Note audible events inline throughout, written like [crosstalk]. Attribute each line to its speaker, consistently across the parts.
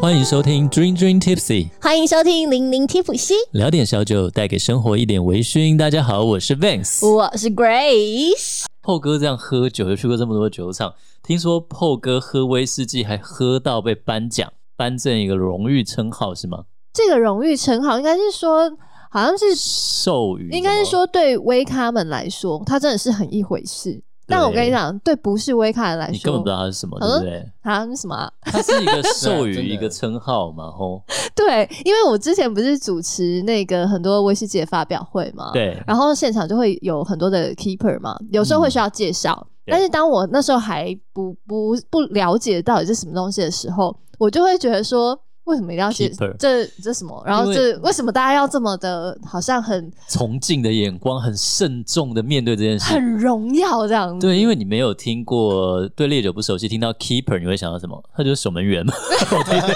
Speaker 1: 欢迎收听 Dream Dream Tipsy，
Speaker 2: 欢迎收听零零贴谱西，
Speaker 1: 聊点小酒，带给生活一点微醺。大家好，我是 Vance。
Speaker 2: 我是 Grace。
Speaker 1: 厚哥这样喝酒，有去过这么多酒厂，听说厚哥喝威士忌还喝到被颁奖，颁赠一个荣誉称号是吗？
Speaker 2: 这个荣誉称号应该是说，好像是
Speaker 1: 授予
Speaker 2: 应该是
Speaker 1: 什么
Speaker 2: 说对威咖们来说，它真的是很一回事。但我跟你讲，对不是威咖人来
Speaker 1: 你根本不知
Speaker 2: 说，
Speaker 1: 道它是什么，
Speaker 2: 好
Speaker 1: 对
Speaker 2: 的
Speaker 1: 不对？
Speaker 2: 啊，那什么啊、
Speaker 1: 它是一个授
Speaker 2: [laughs]
Speaker 3: 真
Speaker 1: 予
Speaker 3: 的
Speaker 1: 一个称号嘛，吼，
Speaker 2: 对，因为我之前不是主持那个很多威士忌的发表会嘛，。
Speaker 1: 对，
Speaker 2: 然后现场就会有很多的 keeper 嘛，有
Speaker 1: 嗯
Speaker 2: 时候会需要介绍。
Speaker 1: 对
Speaker 2: 但是当我那时候还不不不了解到底是什么东西的时候，我就会觉得说，为什么一定要介
Speaker 1: Keeper
Speaker 2: 这这什么？然后
Speaker 1: 因为
Speaker 2: 这为什么大家要这么的，好像很
Speaker 1: [laughs] 崇敬的眼光，很慎重的面对这件事。
Speaker 2: 很荣耀这样子？
Speaker 1: 对，因为你没有听过，对烈酒不熟悉，听到 keeper 你会想到什么？他就是守门
Speaker 2: [laughs]
Speaker 1: 员嘛。我听到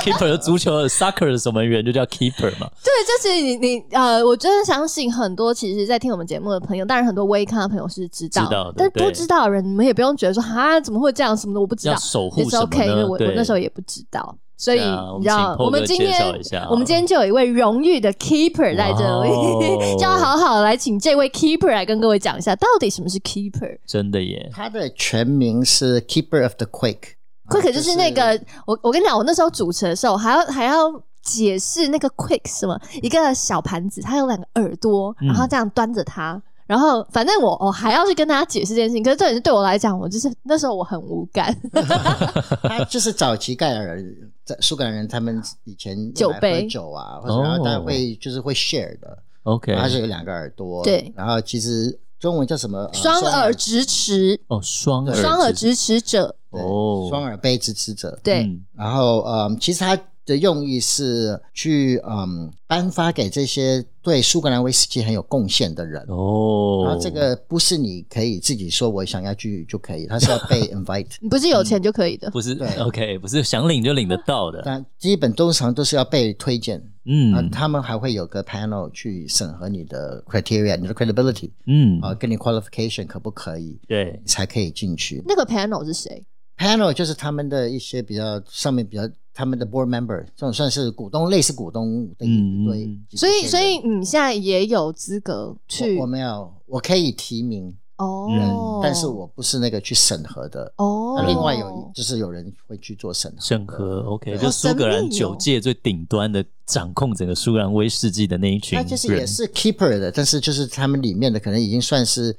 Speaker 1: keeper 就足球的 soccer 的守门员就叫 keeper 嘛。
Speaker 2: 对，就是你你呃，我真的相信很多其实，在听我们节目的朋友，当然很多微康的朋友是知道，
Speaker 1: 知道的
Speaker 2: 但是
Speaker 1: 对
Speaker 2: 不知道的人，你们也不用觉得说哈怎么会这样什么的，我不知道
Speaker 1: 要。守护
Speaker 2: 也是
Speaker 1: 什么
Speaker 2: OK，因为
Speaker 1: 呢？
Speaker 2: 我我
Speaker 1: 对，
Speaker 2: 那时候也不知道，所以
Speaker 1: 是啊我们
Speaker 2: 你知
Speaker 1: 请
Speaker 2: 道
Speaker 1: ，Paul
Speaker 2: 我们
Speaker 1: 哥
Speaker 2: 今
Speaker 1: 介
Speaker 2: 天
Speaker 1: 绍一下啊
Speaker 2: 我们今天就有一位荣誉的 keeper 在这
Speaker 1: 哇
Speaker 2: [laughs]
Speaker 1: 哦
Speaker 2: 里，就要好好来请这位 keeper 来跟各位讲一下，到底什么是 keeper。
Speaker 1: 真的耶，
Speaker 3: 它的全名是 Keeper of the Quake。啊
Speaker 1: 啊
Speaker 2: quick 就是那个，我我跟你讲，我那时候主持的时候还要还要解释那个 quick 是什么，一个小盘子，它有两个耳朵，
Speaker 1: 嗯
Speaker 2: 然后这样端着它。然后，反正我我还要去跟大家解释这件事情，可是这也是对我来讲，我就是那时候我很无
Speaker 1: [laughs]
Speaker 2: 感，
Speaker 3: [laughs] 它就是早期盖尔在苏格兰人他们以前
Speaker 2: 酒杯
Speaker 3: 来喝酒啊，或者然后他会就是会 share 的，
Speaker 1: OK，
Speaker 3: 然后它是有两个耳朵，
Speaker 2: 哦对
Speaker 3: 然后其实中文叫什么？呃
Speaker 2: 双耳直持，
Speaker 1: 哦，双耳
Speaker 2: 双耳直持者，
Speaker 3: 对
Speaker 1: 哦
Speaker 3: 双耳杯支持者。
Speaker 2: 对，
Speaker 1: 嗯
Speaker 3: 然后嗯，其实它的用意是去嗯颁发给这些对苏格兰威士忌很有贡献的人。
Speaker 1: 哦，
Speaker 3: 然后这个不是你可以自己说我想要去就可以，它是要
Speaker 2: [laughs]
Speaker 3: 被 invite
Speaker 2: 你不是有
Speaker 3: 嗯
Speaker 2: 钱就可以的。
Speaker 1: 不是
Speaker 3: 对
Speaker 1: OK，不是想领就领得到的。
Speaker 3: 但基本通常都是要被推荐，啊、
Speaker 1: 嗯
Speaker 3: 他们还会有个 panel 去审核你的 criteria，你的 credibility，
Speaker 1: 嗯，
Speaker 3: 啊、跟你 qualification 可不可以，
Speaker 1: 对
Speaker 3: 你才可以进去。
Speaker 2: 那个 panel 是谁？
Speaker 3: panel 就是他们的一些比较上面比较他们的 board member，这种算是股东，类似股东的
Speaker 1: 嗯
Speaker 3: 一堆几
Speaker 2: 所
Speaker 3: 十些人。
Speaker 2: 以，所以你现在也有资格去
Speaker 3: 我我没有，我可以提名人，
Speaker 2: 哦，
Speaker 3: 但是我不是那个去审核的。
Speaker 2: 哦
Speaker 3: 那，另外有就是有人会去做审核的，
Speaker 1: 审核 OK，
Speaker 3: 对
Speaker 1: 就
Speaker 2: 好
Speaker 1: 苏格兰
Speaker 2: 神秘哦
Speaker 1: 酒界最顶端的，掌控整个苏格兰威士忌的那一群
Speaker 3: 他
Speaker 1: 人，
Speaker 3: 就是也是 keeper 的，但是就是他们里面的可能已经算是，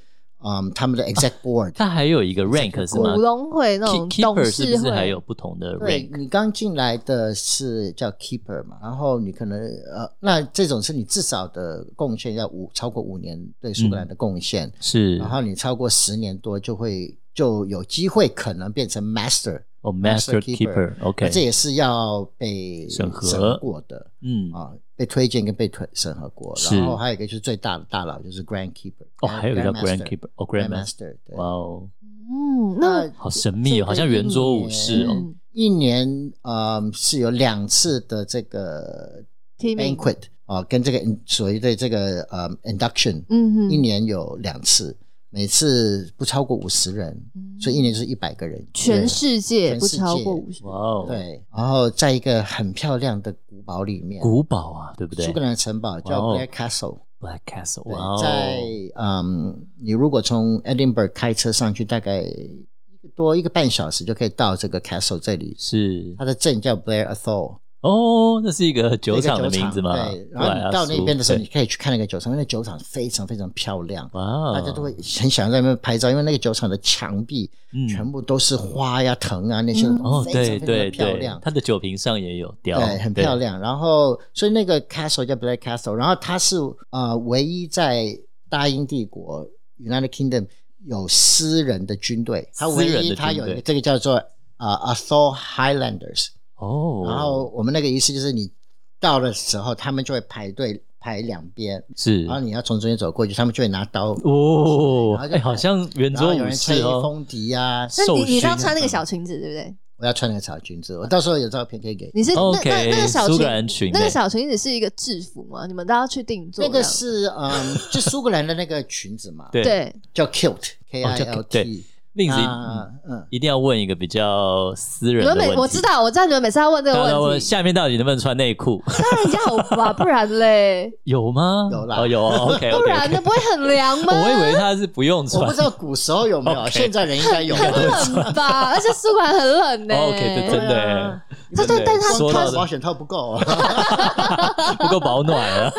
Speaker 3: 嗯，他们的 exec
Speaker 1: [laughs]
Speaker 3: board。
Speaker 1: 它还有一个 rank 是吗
Speaker 2: 股东会那
Speaker 1: Key-
Speaker 2: 种董
Speaker 1: ？Keeper 是
Speaker 2: 事
Speaker 1: 不是
Speaker 2: 会，
Speaker 1: 还有不同的
Speaker 3: 对
Speaker 1: rank？
Speaker 3: 你刚进来的是叫 keeper 嘛，然后你可能呃，那这种是你至少的贡献要五超过五年对苏格兰的贡献，
Speaker 1: 是
Speaker 3: 然后你超过十年多就会就有机会可能变成 master，
Speaker 1: 哦，Master
Speaker 3: Master Keeper
Speaker 1: Keeper
Speaker 3: 那
Speaker 1: OK，
Speaker 3: 这也是要被
Speaker 1: 审核
Speaker 3: 过的
Speaker 1: 嗯
Speaker 3: 啊，被推荐跟被推审核过，
Speaker 1: 是
Speaker 3: 然后还有一个就是最大的大佬就是 grand keeper，
Speaker 1: 哦，还有一个叫 Grand
Speaker 3: Master
Speaker 1: Keeper 哦
Speaker 3: Grand
Speaker 1: ，Grand Master，
Speaker 3: Master，对
Speaker 1: 哇哦，
Speaker 2: 嗯，那
Speaker 1: 好神秘哦，好像圆桌武士哦，
Speaker 2: 嗯
Speaker 3: 一年呃是有两次的这个
Speaker 2: Timmy，
Speaker 3: banquet 啊、跟这个所谓的这个呃 induction，、
Speaker 2: 嗯哼，
Speaker 3: 一年有两次，每次不超过五十人，
Speaker 2: 嗯
Speaker 3: 所以一年就是一百个人。
Speaker 2: 全世界
Speaker 3: 全
Speaker 2: 不
Speaker 3: 世界
Speaker 2: 超过五十，
Speaker 1: 哇哦，，
Speaker 3: 对，然后在一个很漂亮的古堡里面，
Speaker 1: 古堡啊，对不对
Speaker 3: 苏格兰城堡叫
Speaker 1: 哇哦
Speaker 3: Blair Castle，、
Speaker 1: ？Black Castle，
Speaker 3: 对
Speaker 1: 哇哦，
Speaker 3: 在嗯，你如果从 Edinburgh 开车上去，大概一个多一个半小时就可以到这个 Castle 这里。
Speaker 1: 是
Speaker 3: 它的镇叫 Blair Athol，
Speaker 1: 哦，那是一个酒
Speaker 3: 一个
Speaker 1: 厂的名字吗？
Speaker 3: 对，然
Speaker 1: 对
Speaker 3: 后
Speaker 1: 啊
Speaker 3: 你到那边的时候，
Speaker 1: 苏
Speaker 3: 你可以去看那个酒厂，那个酒厂非常非常漂亮，
Speaker 1: 哇哦，
Speaker 3: 大家都会很想在那边拍照，因为那个酒厂的墙壁
Speaker 1: 嗯
Speaker 3: 全部都是花呀、藤啊那些，
Speaker 2: 嗯
Speaker 1: 哦，
Speaker 3: 非常
Speaker 1: 对
Speaker 3: 非常
Speaker 1: 对
Speaker 3: 的漂
Speaker 1: 对
Speaker 3: 亮，，
Speaker 1: 它的酒瓶上也有雕，
Speaker 3: 对，很漂。亮。然后，所以那个 castle 叫 Black Castle，然后它是呃唯一在大英帝国 United Kingdom 有私人的军队，它唯
Speaker 1: 私人的
Speaker 3: 一
Speaker 1: 军队
Speaker 3: 它有一个这个叫做呃 Athol Highlanders，
Speaker 1: 哦，
Speaker 3: 然后我们那个仪式就是你到的时候，他们就会排队排两边，
Speaker 1: 是
Speaker 3: 然后你要从中间走过去，他们就会拿刀，
Speaker 1: 哦，
Speaker 3: 然后就
Speaker 1: 哎，好像圆
Speaker 3: 然后
Speaker 1: 桌
Speaker 3: 有
Speaker 1: 武
Speaker 3: 人
Speaker 1: 士
Speaker 3: 吹
Speaker 1: 哦，
Speaker 3: 风笛啊。
Speaker 2: 那你
Speaker 1: 受
Speaker 2: 你
Speaker 1: 勋
Speaker 2: 刚穿那个小裙子对不对？
Speaker 3: 我要穿那个草裙子，我
Speaker 1: 啊
Speaker 3: 到时候有照片可以给你。
Speaker 2: 你是那
Speaker 1: OK，
Speaker 2: 那那个小
Speaker 1: 苏格兰裙
Speaker 2: 裙，那
Speaker 1: 欸
Speaker 2: 个小裙子是一个制服吗？你们都要去定做
Speaker 3: 那
Speaker 2: 这样？
Speaker 3: 个
Speaker 1: [laughs]
Speaker 3: 是嗯，就苏格兰的那个裙子嘛，
Speaker 1: 对
Speaker 2: 对，
Speaker 3: 叫 kilt，K
Speaker 1: 哦
Speaker 3: I
Speaker 1: 叫
Speaker 3: L
Speaker 1: kilt，对
Speaker 3: T，
Speaker 1: Vince
Speaker 3: 啊
Speaker 1: 嗯
Speaker 3: 嗯，
Speaker 1: 一定要问一个比较私人
Speaker 2: 你
Speaker 1: 的
Speaker 2: 们
Speaker 1: 问
Speaker 2: 每
Speaker 1: 题。
Speaker 2: 我知道，我知道你们每次要问
Speaker 1: [laughs]
Speaker 2: 这
Speaker 1: 当
Speaker 2: 个
Speaker 1: 然
Speaker 2: 问
Speaker 1: 问
Speaker 2: 题，
Speaker 1: 下面到底能不能穿内裤？
Speaker 2: 当然要吧，不然嘞，
Speaker 1: [laughs] 有吗？
Speaker 3: 有啦
Speaker 1: 哦有，OK
Speaker 2: 不
Speaker 1: OK
Speaker 2: 然
Speaker 1: OK。
Speaker 2: 那不会很凉吗？
Speaker 1: 我以为他是不用
Speaker 3: 我
Speaker 1: 穿
Speaker 3: 不知道古时候有没有，
Speaker 1: [laughs] OK
Speaker 3: 现在人应该有。
Speaker 2: 很冷吧， [laughs] 而且宿管很冷呢、
Speaker 1: 哦，OK，对，真的
Speaker 3: 对
Speaker 1: 耶
Speaker 3: 啊，
Speaker 2: 他
Speaker 1: 真的
Speaker 2: 但
Speaker 1: 耶
Speaker 2: 但是他
Speaker 1: 说
Speaker 3: 光
Speaker 1: 到
Speaker 3: 看保
Speaker 1: 的
Speaker 3: 险套不 [laughs] 够，
Speaker 1: 不够保暖
Speaker 2: [laughs]
Speaker 1: 啊。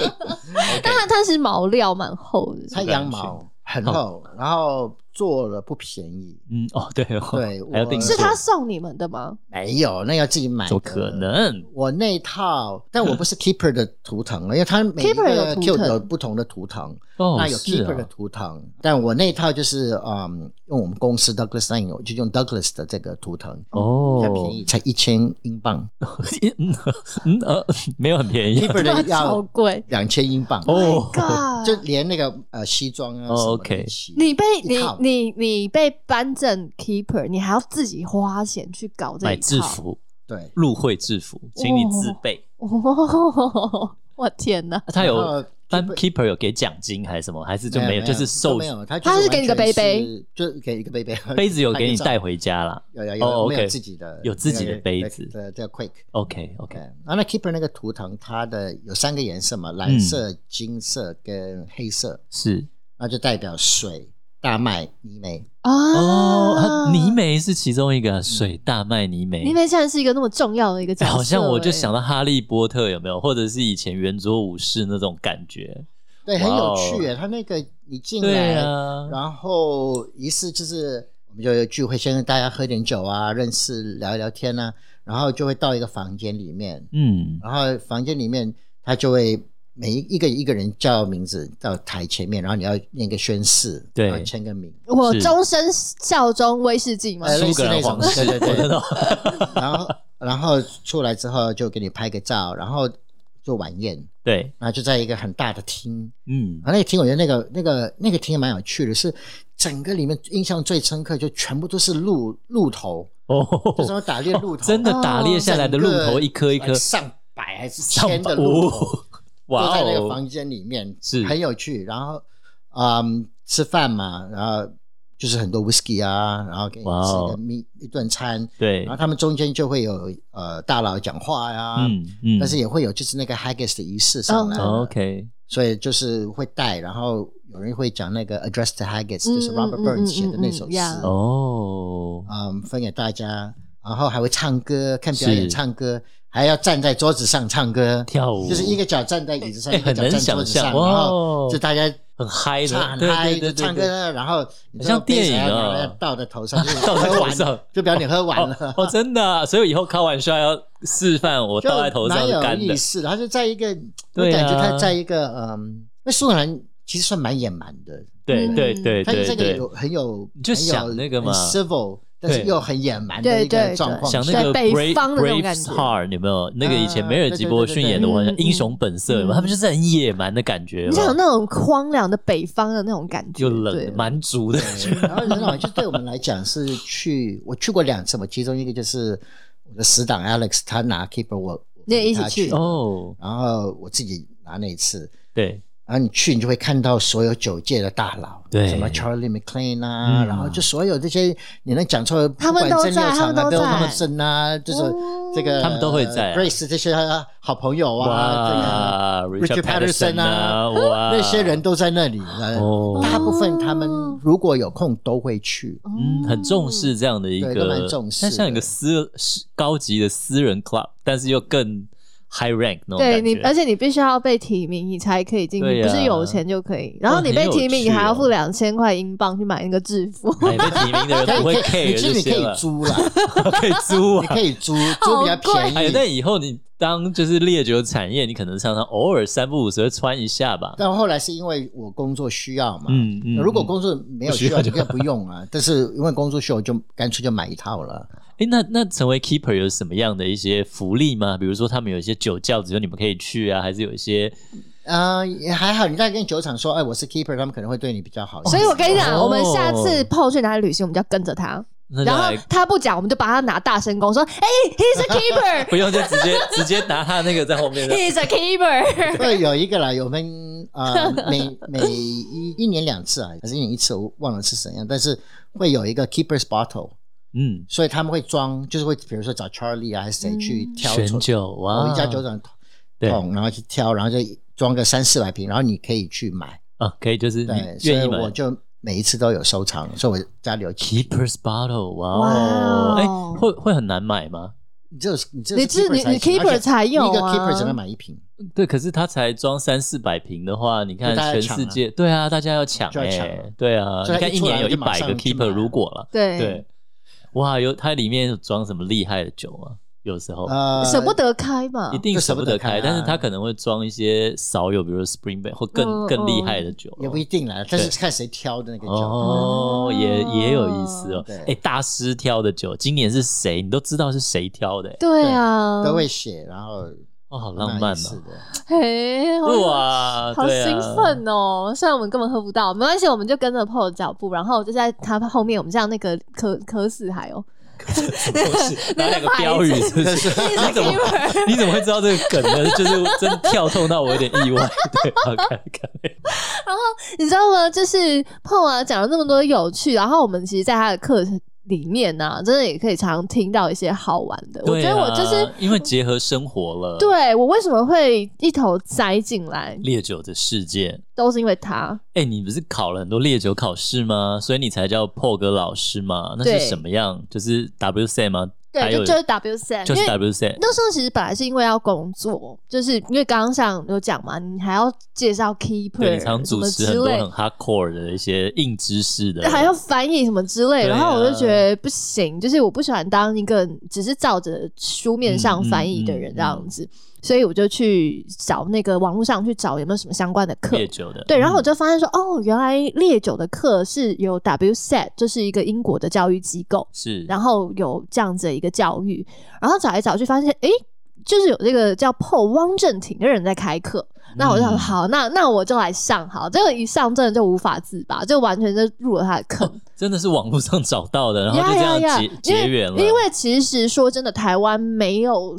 Speaker 2: 但它它是毛料蛮厚的，
Speaker 3: 它羊毛很厚，然后做了不便宜。
Speaker 1: 嗯，哦，对哦，
Speaker 3: 对
Speaker 1: 还要
Speaker 3: 我
Speaker 1: 定
Speaker 2: 是
Speaker 1: 做
Speaker 2: 他送你们的吗？
Speaker 3: 没有，那要自己买。
Speaker 1: 怎么可。能？
Speaker 3: 我那套，但我不是 Keeper 的图腾，因为它每一
Speaker 2: Keeper 有
Speaker 3: 个
Speaker 2: 图
Speaker 3: Q
Speaker 2: 腾
Speaker 3: 有不同的图腾，
Speaker 1: 哦，
Speaker 3: 那有
Speaker 1: 是
Speaker 3: Keeper 的
Speaker 1: 啊，
Speaker 3: 图腾，但我那套就是嗯，用我们公司 Douglas Line，我就用 Douglas 的这个图腾，比较便
Speaker 1: 哦，
Speaker 3: 宜，才一千英镑
Speaker 1: [laughs] 嗯嗯呃，没有很便
Speaker 2: [laughs]
Speaker 1: 宜
Speaker 3: ，Keeper 的
Speaker 2: 超
Speaker 3: 要
Speaker 2: 贵
Speaker 3: 两千英镑，
Speaker 1: [laughs] 哦。
Speaker 2: Oh ，God！
Speaker 3: 就连那个呃西装啊
Speaker 1: 哦
Speaker 3: 什么的
Speaker 1: OK
Speaker 3: 一起
Speaker 2: 你被你
Speaker 3: 一套
Speaker 2: 你你被颁证 keeper，你还要自己花钱去搞这
Speaker 1: 买
Speaker 2: 一套
Speaker 1: 制，服，
Speaker 3: 对，
Speaker 1: 入会制服，请你自备。
Speaker 2: 哦， [laughs] 我天哪！
Speaker 1: 啊他
Speaker 3: 然后
Speaker 1: 有
Speaker 3: keeper-
Speaker 1: 班 keeper 有给奖金还是什么？还是就没有？
Speaker 3: 有，
Speaker 1: 就是
Speaker 3: 都
Speaker 1: 受
Speaker 3: 没有，他
Speaker 2: 他
Speaker 3: 他
Speaker 2: 是给你个杯杯，
Speaker 3: 就给一个杯杯，
Speaker 1: 杯子有给你
Speaker 3: 拍个照
Speaker 1: 带，回家啦。
Speaker 3: 有有
Speaker 1: 哦
Speaker 3: 有，我们
Speaker 1: ，OK
Speaker 3: 有自己的
Speaker 1: 有自己的杯子
Speaker 3: 对，叫 Quake。
Speaker 1: OK
Speaker 3: 对
Speaker 1: OK，，
Speaker 3: 然后那 Keeper 那个图腾，它的有三个颜色嘛，
Speaker 1: 嗯
Speaker 3: 蓝色、金色跟黑色，
Speaker 1: 是
Speaker 3: 那就代表水、大麦、泥煤。
Speaker 1: 哦，
Speaker 2: 啊，
Speaker 1: 啊泥，煤是其中一个啊水大麦泥煤
Speaker 2: 泥。煤竟然是一个那么重要的一个角
Speaker 1: 哎
Speaker 2: 色，
Speaker 1: 好像我就
Speaker 2: 哎
Speaker 1: 想到哈利波特有没有，或者是以前圆桌武士那种感觉。
Speaker 3: 对，很
Speaker 1: 哇
Speaker 3: 有
Speaker 1: 哦
Speaker 3: 趣耶。它那个你进
Speaker 1: 对
Speaker 3: 来，
Speaker 1: 啊，
Speaker 3: 然后仪式就是我们就有聚会，先跟大家喝点酒啊，认识聊一聊天啊，然后就会到一个房间里面，
Speaker 1: 嗯，
Speaker 3: 然后房间里面他就会每一一个一个人叫名字到台前面，然后你要念个宣誓，
Speaker 1: 对
Speaker 3: 然后签个名，
Speaker 2: 欸我
Speaker 1: 是
Speaker 2: 终身效忠威士忌嘛，
Speaker 3: 哎
Speaker 1: 苏格兰
Speaker 3: 类似那种
Speaker 1: 皇室，
Speaker 3: 对对对
Speaker 1: 我知道。
Speaker 3: 然后 [laughs] 然后出来之后就给你拍个照，然后做晚宴。
Speaker 1: [laughs] 对，
Speaker 3: 然后就在一个很大的厅，
Speaker 1: 嗯
Speaker 3: 啊，那个厅我觉得那个那个那个厅也蛮有趣的，是整个里面印象最深刻，就全部都是鹿鹿头， [laughs] 就什
Speaker 1: 哦，
Speaker 3: 么打猎鹿头，啊
Speaker 1: 真的打猎
Speaker 2: 哦
Speaker 1: 下来的鹿头一颗一颗，
Speaker 3: 上百还是
Speaker 1: 上
Speaker 3: 千的
Speaker 1: 百
Speaker 3: 鹿
Speaker 1: 哦
Speaker 3: 头， [laughs] 都
Speaker 1: 哇
Speaker 3: 在那个
Speaker 1: 哦，
Speaker 3: 房间里面，
Speaker 1: 是
Speaker 3: 很有趣。然后，嗯，吃饭嘛，然后就是很多 whisky 啊，然后给你
Speaker 1: 哇
Speaker 3: 吃一
Speaker 1: 哦
Speaker 3: 个蜜、一顿餐，
Speaker 1: 对
Speaker 3: 然后，他们中间就会有呃大佬讲话呀、
Speaker 1: 嗯嗯，
Speaker 3: 但是也会有就是那个 haggis 的仪式上来、
Speaker 1: 哦 OK，
Speaker 3: 所以就是会带，然后有人会讲那个呃 address to haggis，、就是
Speaker 2: 嗯
Speaker 3: Robert
Speaker 2: 嗯
Speaker 3: Burns
Speaker 2: 嗯
Speaker 3: 写的那
Speaker 2: 嗯
Speaker 3: 首
Speaker 2: 嗯
Speaker 3: 诗，
Speaker 2: 呀
Speaker 1: 哦，
Speaker 3: 嗯，分给大家，然后还会唱歌，看表演
Speaker 1: 是
Speaker 3: 唱歌，还要站在桌子上唱歌，
Speaker 1: 跳舞
Speaker 3: 就是一个脚站在椅子上，
Speaker 1: 哎
Speaker 3: 一个脚站桌子上，
Speaker 1: 很能想象
Speaker 3: 然
Speaker 1: 哇
Speaker 3: 后就大家
Speaker 1: 很嗨的
Speaker 3: 唱
Speaker 1: 对
Speaker 3: 很嗨，
Speaker 1: 对对
Speaker 3: 就唱
Speaker 1: 对对
Speaker 3: 歌，然后你
Speaker 1: 很像电影啊
Speaker 3: 然后要倒在头上，就
Speaker 1: [laughs]
Speaker 3: 是
Speaker 1: 倒在
Speaker 3: 喝
Speaker 1: 头
Speaker 3: 完
Speaker 1: 上，
Speaker 3: 就表演喝完了
Speaker 1: 哦。哦，真的啊、所以以后开玩笑要示范我 [laughs]
Speaker 3: 就
Speaker 1: 倒在头上
Speaker 3: 蛮
Speaker 1: 是干
Speaker 3: 有
Speaker 1: 的
Speaker 3: 意，思的，他就在一个，我
Speaker 1: 对啊
Speaker 3: 感觉他在一个嗯，那苏格兰其实算蛮野蛮的，
Speaker 1: 对
Speaker 2: 嗯
Speaker 1: 对对
Speaker 3: 他就
Speaker 1: 对
Speaker 3: 这个
Speaker 1: 对，
Speaker 3: 有很有，
Speaker 1: 你就想那个嘛
Speaker 3: 很 civil，但是又很野蛮的
Speaker 2: 对
Speaker 3: 一
Speaker 2: 对
Speaker 3: 个
Speaker 2: 对
Speaker 3: 状况下，
Speaker 1: 想那个
Speaker 2: 在北
Speaker 1: Brave
Speaker 2: 方的那种
Speaker 1: Brave
Speaker 2: 感觉
Speaker 1: Star 有没有？那个以前
Speaker 3: 啊
Speaker 1: 梅尔
Speaker 3: 对
Speaker 1: 吉
Speaker 3: 对
Speaker 1: 伯
Speaker 3: 对
Speaker 1: 逊
Speaker 3: 对
Speaker 1: 演的，我
Speaker 2: 嗯
Speaker 1: 想
Speaker 2: 嗯
Speaker 1: 英雄本色有没有，他们就是很野蛮的感觉，有
Speaker 2: 你
Speaker 1: 没有
Speaker 2: 想那种荒凉的北方的那种感觉，
Speaker 1: 又
Speaker 2: 对
Speaker 1: 冷蛮族的，
Speaker 3: 然后人老就对我们来讲是去，我去过两次嘛，其中一个就是我的死党 Alex，他拿 Keeper，我我
Speaker 2: 你也
Speaker 3: 陪
Speaker 2: 一起
Speaker 3: 他
Speaker 2: 去
Speaker 3: 去，
Speaker 1: 哦，
Speaker 3: 然后我自己拿那一次，
Speaker 1: 对，
Speaker 3: 然后你去，你就会看到所有酒界的大佬，
Speaker 1: 对
Speaker 3: 什么 Charlie McLean 啊，
Speaker 1: 嗯
Speaker 3: 然后就所有这些你能讲出来，
Speaker 2: 他们都在
Speaker 3: 不管真六
Speaker 2: 他
Speaker 3: 厂
Speaker 2: 们
Speaker 3: 啊，
Speaker 2: 都在
Speaker 3: 都他们真啊，就是
Speaker 2: 哦
Speaker 3: 这个
Speaker 1: 他们都会在啊
Speaker 3: Grace 这些好朋友啊，
Speaker 1: 哇，Richard
Speaker 3: Richard
Speaker 1: Patterson
Speaker 3: Patterson
Speaker 1: 啊，
Speaker 3: 啊
Speaker 1: 哇，
Speaker 3: 这个那些人都在那里，呃
Speaker 1: 哦
Speaker 3: 大部分他们如果有空都会去，
Speaker 1: 嗯，很重视这样的一
Speaker 3: 对都
Speaker 1: 个，
Speaker 3: 蛮重视
Speaker 1: 但
Speaker 3: 的
Speaker 1: 像一个私是高级的私人 club，但是又更 high rank 那种
Speaker 2: 对
Speaker 1: 感
Speaker 2: 你，而
Speaker 1: 觉。
Speaker 2: 且你必须要被提名，你才可以进
Speaker 1: 对
Speaker 2: 去，
Speaker 1: 呀
Speaker 2: 不是有钱就可以。然后你被提名，
Speaker 1: 哦很有趣哦
Speaker 2: 你还要付两千块英镑去买那个制服，
Speaker 1: 哎被提名的人
Speaker 3: 可以
Speaker 1: 不会
Speaker 3: 可以，你
Speaker 1: care
Speaker 3: 其
Speaker 1: 这
Speaker 3: 实你可
Speaker 1: 些
Speaker 3: 以
Speaker 1: 了，
Speaker 3: 租啦，
Speaker 1: [laughs] 可以租
Speaker 3: [laughs] 你
Speaker 1: 啊。
Speaker 3: 可以租，租比较便
Speaker 1: 哎，
Speaker 3: 宜。
Speaker 1: 但以后你当就是烈酒产业，你可能常常偶尔三不五时会穿一下吧。
Speaker 3: 但后来是因为我工作需要嘛，
Speaker 1: 嗯嗯。
Speaker 3: 如果
Speaker 1: 嗯
Speaker 3: 工作没有
Speaker 1: 不需
Speaker 3: 需
Speaker 1: 要
Speaker 3: 要，你
Speaker 1: 就
Speaker 3: 可以不用啊。但是因为工作需要，我就干脆就买一套了。
Speaker 1: 哎，那那成为 keeper 有什么样的一些福利吗？比如说他们有一些酒窖，只有你们可以去啊，还是有一些
Speaker 3: 呃，也还好，你再跟酒厂说，哎，我是 keeper，他们可能会对你比较好。
Speaker 2: 所以我跟你讲，
Speaker 1: 哦
Speaker 2: 我们下次 PO 去哪里旅行，我们就要跟着他。
Speaker 1: 那就
Speaker 2: 然后
Speaker 1: 来
Speaker 2: 他不讲，我们就把他拿大声公说：“哎、h e s a keeper， [laughs]
Speaker 1: 不用就直接直接拿他那个在后面的
Speaker 2: he's a keeper。
Speaker 3: [laughs]
Speaker 2: [laughs]
Speaker 3: 对，有一个啦，我们呃每 [laughs] 每一一年两次啊，还是一年一次，我忘了是怎样，但是会有一个 keeper's bottle，
Speaker 1: 嗯
Speaker 3: 所以他们会装，就是会比如说找 Charlie 啊还是谁去挑
Speaker 1: 选
Speaker 3: 出
Speaker 1: 酒
Speaker 3: 我
Speaker 1: 哇，哦
Speaker 3: 们家酒厂
Speaker 1: 对
Speaker 3: 桶，然后去挑，然后就装个三四百瓶，然后你可以去买。
Speaker 1: 啊，可以就是你
Speaker 3: 对，所
Speaker 1: 愿
Speaker 3: 以
Speaker 1: 意买
Speaker 3: 我就每一次都有收藏，所以我家里有七。
Speaker 1: keepers bottle 哇哦，
Speaker 2: 哇
Speaker 1: 哎
Speaker 2: 哦
Speaker 1: 会会很难买吗？
Speaker 3: 你只有你只有
Speaker 2: 你是你你 keeper 才有
Speaker 3: 一个
Speaker 2: 啊
Speaker 3: keeper 只能买一瓶，
Speaker 1: 对，可是它才装三四百瓶的话，你看
Speaker 3: 就大家
Speaker 1: 全
Speaker 3: 抢
Speaker 1: 世
Speaker 3: 啊
Speaker 1: 界，对啊，大家要抢
Speaker 3: 就
Speaker 1: 哎、
Speaker 3: 要抢啊
Speaker 1: 对啊，你
Speaker 3: 所以它
Speaker 1: 看
Speaker 3: 一出来
Speaker 1: 年有
Speaker 3: 就
Speaker 1: 一
Speaker 3: 马
Speaker 1: 百
Speaker 3: 上
Speaker 1: 个
Speaker 3: 去买
Speaker 1: keeper
Speaker 3: 啊
Speaker 1: 如果了，
Speaker 2: 对，
Speaker 1: 对，哇，有它里面有装什么厉害的酒啊？有时候、
Speaker 3: 呃，
Speaker 2: 舍不得开嘛
Speaker 1: 一。定
Speaker 3: 就
Speaker 1: 舍
Speaker 3: 舍
Speaker 1: 不
Speaker 3: 不
Speaker 1: 得
Speaker 3: 得
Speaker 1: 开，
Speaker 3: 开啊
Speaker 1: 但是它可能会装一些少有，比如说 Spring Bay 或更、
Speaker 2: 嗯
Speaker 1: 更厉害的酒咯，
Speaker 3: 也不一定啦，但是看谁挑的那个酒。啊
Speaker 1: 哦，也也有意思哦。
Speaker 3: 对
Speaker 1: 哎，大师挑的酒，今年是谁？你都知道是谁挑的，哎
Speaker 2: 对啊，
Speaker 3: 都会写，然后
Speaker 1: 哦，好浪
Speaker 3: 蛮
Speaker 1: 漫
Speaker 3: 有意思
Speaker 1: 哦！
Speaker 3: 的。
Speaker 2: 嘿，好
Speaker 1: 哇，
Speaker 2: 好
Speaker 1: 对啊
Speaker 2: 兴
Speaker 1: [laughs]
Speaker 2: 奋哦！虽然我们根本喝不到，没关系，我们就跟着 PO 的脚步，然后就在他后面，我们这样那个 [laughs] 渴渴死海哦，
Speaker 1: 不是
Speaker 2: [laughs]
Speaker 1: 拿两个标语是不是？你怎么
Speaker 2: keeper
Speaker 1: 你怎么会知道这个梗呢？就是真跳痛到我有点意外。对，好看看。
Speaker 2: [laughs] 你知道吗？就是 PO 啊讲了那么多有趣，然后我们其实在他的课程里面呢、真的也可以常常听到一些好玩的。 [laughs] 我
Speaker 1: 对
Speaker 2: 觉得
Speaker 1: 啊
Speaker 2: 我就是
Speaker 1: 因为结合生活了，，
Speaker 2: 对我为什么会一头栽进来，
Speaker 1: 烈酒的世界。
Speaker 2: 都是因为他。
Speaker 1: 哎，你不是考了很多烈酒考试吗？所以你才叫 PO 哥老师吗？那
Speaker 2: 对
Speaker 1: 是什么样？就是 WC 吗？还有
Speaker 2: 对，就就是 W C，
Speaker 1: 就是
Speaker 2: 因为
Speaker 1: WC。
Speaker 2: 那时候其实本来是因为要工作，就是因为刚刚像有讲嘛，你还要介绍
Speaker 1: 对，
Speaker 2: keeper
Speaker 1: 你常
Speaker 2: 什
Speaker 1: 主
Speaker 2: 么
Speaker 1: 持
Speaker 2: 之
Speaker 1: 很多
Speaker 2: 类
Speaker 1: 很，hardcore 的一些硬知识的，
Speaker 2: 还要翻译什么之类，
Speaker 1: 对啊
Speaker 2: 然后我就觉得不行，就是我不喜欢当一个只是照着书面上翻译的人
Speaker 1: 嗯嗯嗯
Speaker 2: 这样子，所以我就去找那个网络上去找有没有什么相关的课。
Speaker 1: 烈酒的。嗯
Speaker 2: 对，然后我就发现说，哦，原来烈酒的课是有 WSET，就是一个英国的教育机构，
Speaker 1: 是，
Speaker 2: 然后有这样子的一个教育，然后找来找去发现，诶，就是有这个叫 Paul 汪正廷的人在开课。那我就想，
Speaker 1: 嗯
Speaker 2: 好，那那我就来上好，这个一上真的就无法自拔，就完全就入了他的坑。
Speaker 1: 真的是网络上找到 [laughs] 的，然后就
Speaker 2: 呀
Speaker 1: 这
Speaker 2: 呀呀
Speaker 1: 样结！结缘了。
Speaker 2: 因为因为其实说真的，台湾没有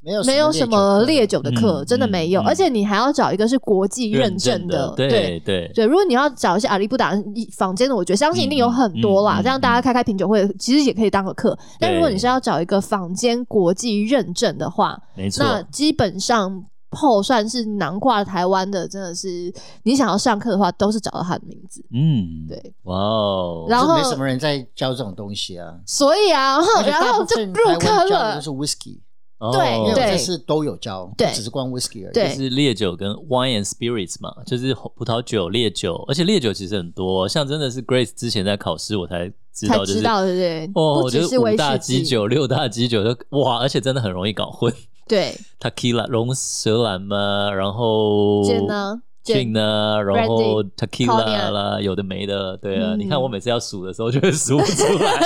Speaker 3: 没有
Speaker 2: 没有什么烈
Speaker 3: 酒
Speaker 2: 酒的课，
Speaker 1: 嗯
Speaker 2: 真的没有，
Speaker 1: 嗯
Speaker 2: 而且你还要找一个是国际认证
Speaker 1: 的，
Speaker 2: 对。
Speaker 1: 对对，
Speaker 2: 对，如果你要找一些阿里不达房间的，我觉得相信一定有很多
Speaker 1: 嗯
Speaker 2: 啦。
Speaker 1: 嗯嗯
Speaker 2: 这样大家开开品酒会，其实也可以当个课。但如果你是要找一个坊间国际认证的话，
Speaker 1: 没错。
Speaker 2: 那基本上 PO 算是囊括台湾的，真的是你想要上课的话，都是找到他的名字。
Speaker 1: 嗯，
Speaker 2: 对，
Speaker 1: 哇哦，
Speaker 2: 然后
Speaker 3: 没什么人在教这种东西啊。
Speaker 2: 所以啊，然后
Speaker 3: 而且
Speaker 2: 然
Speaker 3: 大
Speaker 2: 后
Speaker 3: 部
Speaker 2: 就
Speaker 3: 分
Speaker 2: 入
Speaker 3: 台湾
Speaker 2: 坑
Speaker 3: 教的
Speaker 2: 了
Speaker 3: 都是 whisky，
Speaker 1: 哦
Speaker 2: 对
Speaker 3: 因为我
Speaker 2: 对
Speaker 3: 这次都有教，
Speaker 2: 对
Speaker 3: 不只是光 whisky 而已。
Speaker 2: 对
Speaker 1: 就是烈酒跟 wine and spirits 嘛，就是红葡萄酒、烈酒，而且烈酒其实很多，像真的是 Grace 之前在考试，我才知
Speaker 2: 才
Speaker 1: 道，就是
Speaker 2: 知道，对不对？
Speaker 1: 哦，
Speaker 2: 不
Speaker 1: 我觉
Speaker 2: 只
Speaker 1: 得
Speaker 2: 是
Speaker 1: 五
Speaker 2: 威
Speaker 1: 大
Speaker 2: 士
Speaker 1: 基
Speaker 2: 忌，
Speaker 1: 酒、六大基酒都哇，而且真的很容易搞混。 [laughs]
Speaker 2: 对，
Speaker 1: Tequila 龙舌兰嘛，然后
Speaker 2: 剑呢？
Speaker 1: gin
Speaker 2: 剑
Speaker 1: 啊，然后
Speaker 2: Brandy
Speaker 1: tequila 啦，有的没的，对啊，
Speaker 2: 嗯
Speaker 1: 你看我每次要数的时候就会数不出来，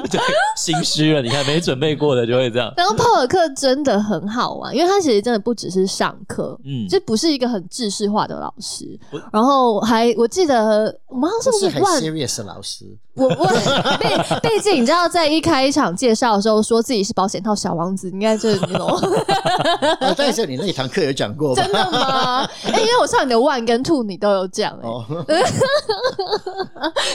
Speaker 1: [laughs] 对，心虚了。你看没准备过的就会这样，
Speaker 2: 然后 PO 的课真的很好玩，因为他其实真的不只是上课，
Speaker 1: 嗯，
Speaker 2: 这不是一个很制式化的老师
Speaker 1: 我，
Speaker 2: 然后还我记得我们好像
Speaker 3: 不
Speaker 2: 是不
Speaker 3: 是
Speaker 2: 是
Speaker 3: 很
Speaker 2: 乱
Speaker 3: serious 的老师，
Speaker 2: 我我 [laughs] 毕毕竟你知道，在一开场介绍的时候说自己是保险套小王子，应该就是那种
Speaker 3: 啊但是你那一堂课有讲过
Speaker 2: [laughs]
Speaker 3: 吧？
Speaker 2: 真的吗？哎、因为我上你的 one 跟 two 你都有讲、哎、
Speaker 3: 哦，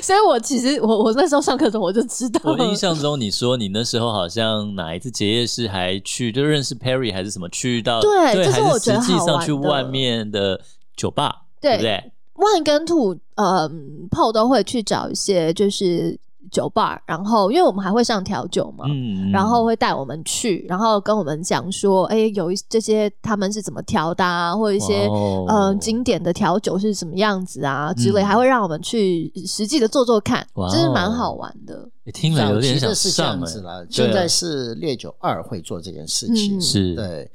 Speaker 2: 所以我其实我我那时候上课的时候我就知道
Speaker 1: 我
Speaker 2: 了
Speaker 1: 印象中，你说你那时候好像哪一次结业式还去，就认识 Perry 还是什么，去到
Speaker 2: 对
Speaker 1: 对，
Speaker 2: 这是
Speaker 1: 还
Speaker 2: 我觉得
Speaker 1: 实际
Speaker 2: 好
Speaker 1: 上
Speaker 2: 玩
Speaker 1: 去
Speaker 2: 的
Speaker 1: 外面的酒吧，
Speaker 2: 对
Speaker 1: 不对？
Speaker 2: one 跟 two，呃，PO 都会去找一些就是酒吧，然后因为我们还会上调酒嘛，
Speaker 1: 嗯，
Speaker 2: 然后会带我们去，然后跟我们讲说，哎、有一这些他们是怎么调的啊，或者一些、
Speaker 1: 哦
Speaker 2: 呃经典的调酒是什么样子啊之类，
Speaker 1: 嗯
Speaker 2: 还会让我们去实际的做做看，
Speaker 1: 哇哦
Speaker 2: 真是蛮好玩的。
Speaker 1: 欸听了有点
Speaker 3: 早期
Speaker 1: 想
Speaker 3: 的 [laughs] 是这
Speaker 1: 上
Speaker 3: 样
Speaker 1: 哎对
Speaker 3: 子啦，
Speaker 1: 啊
Speaker 3: 现在是烈酒二会做这件事情
Speaker 2: 嗯，
Speaker 1: 是
Speaker 3: 对，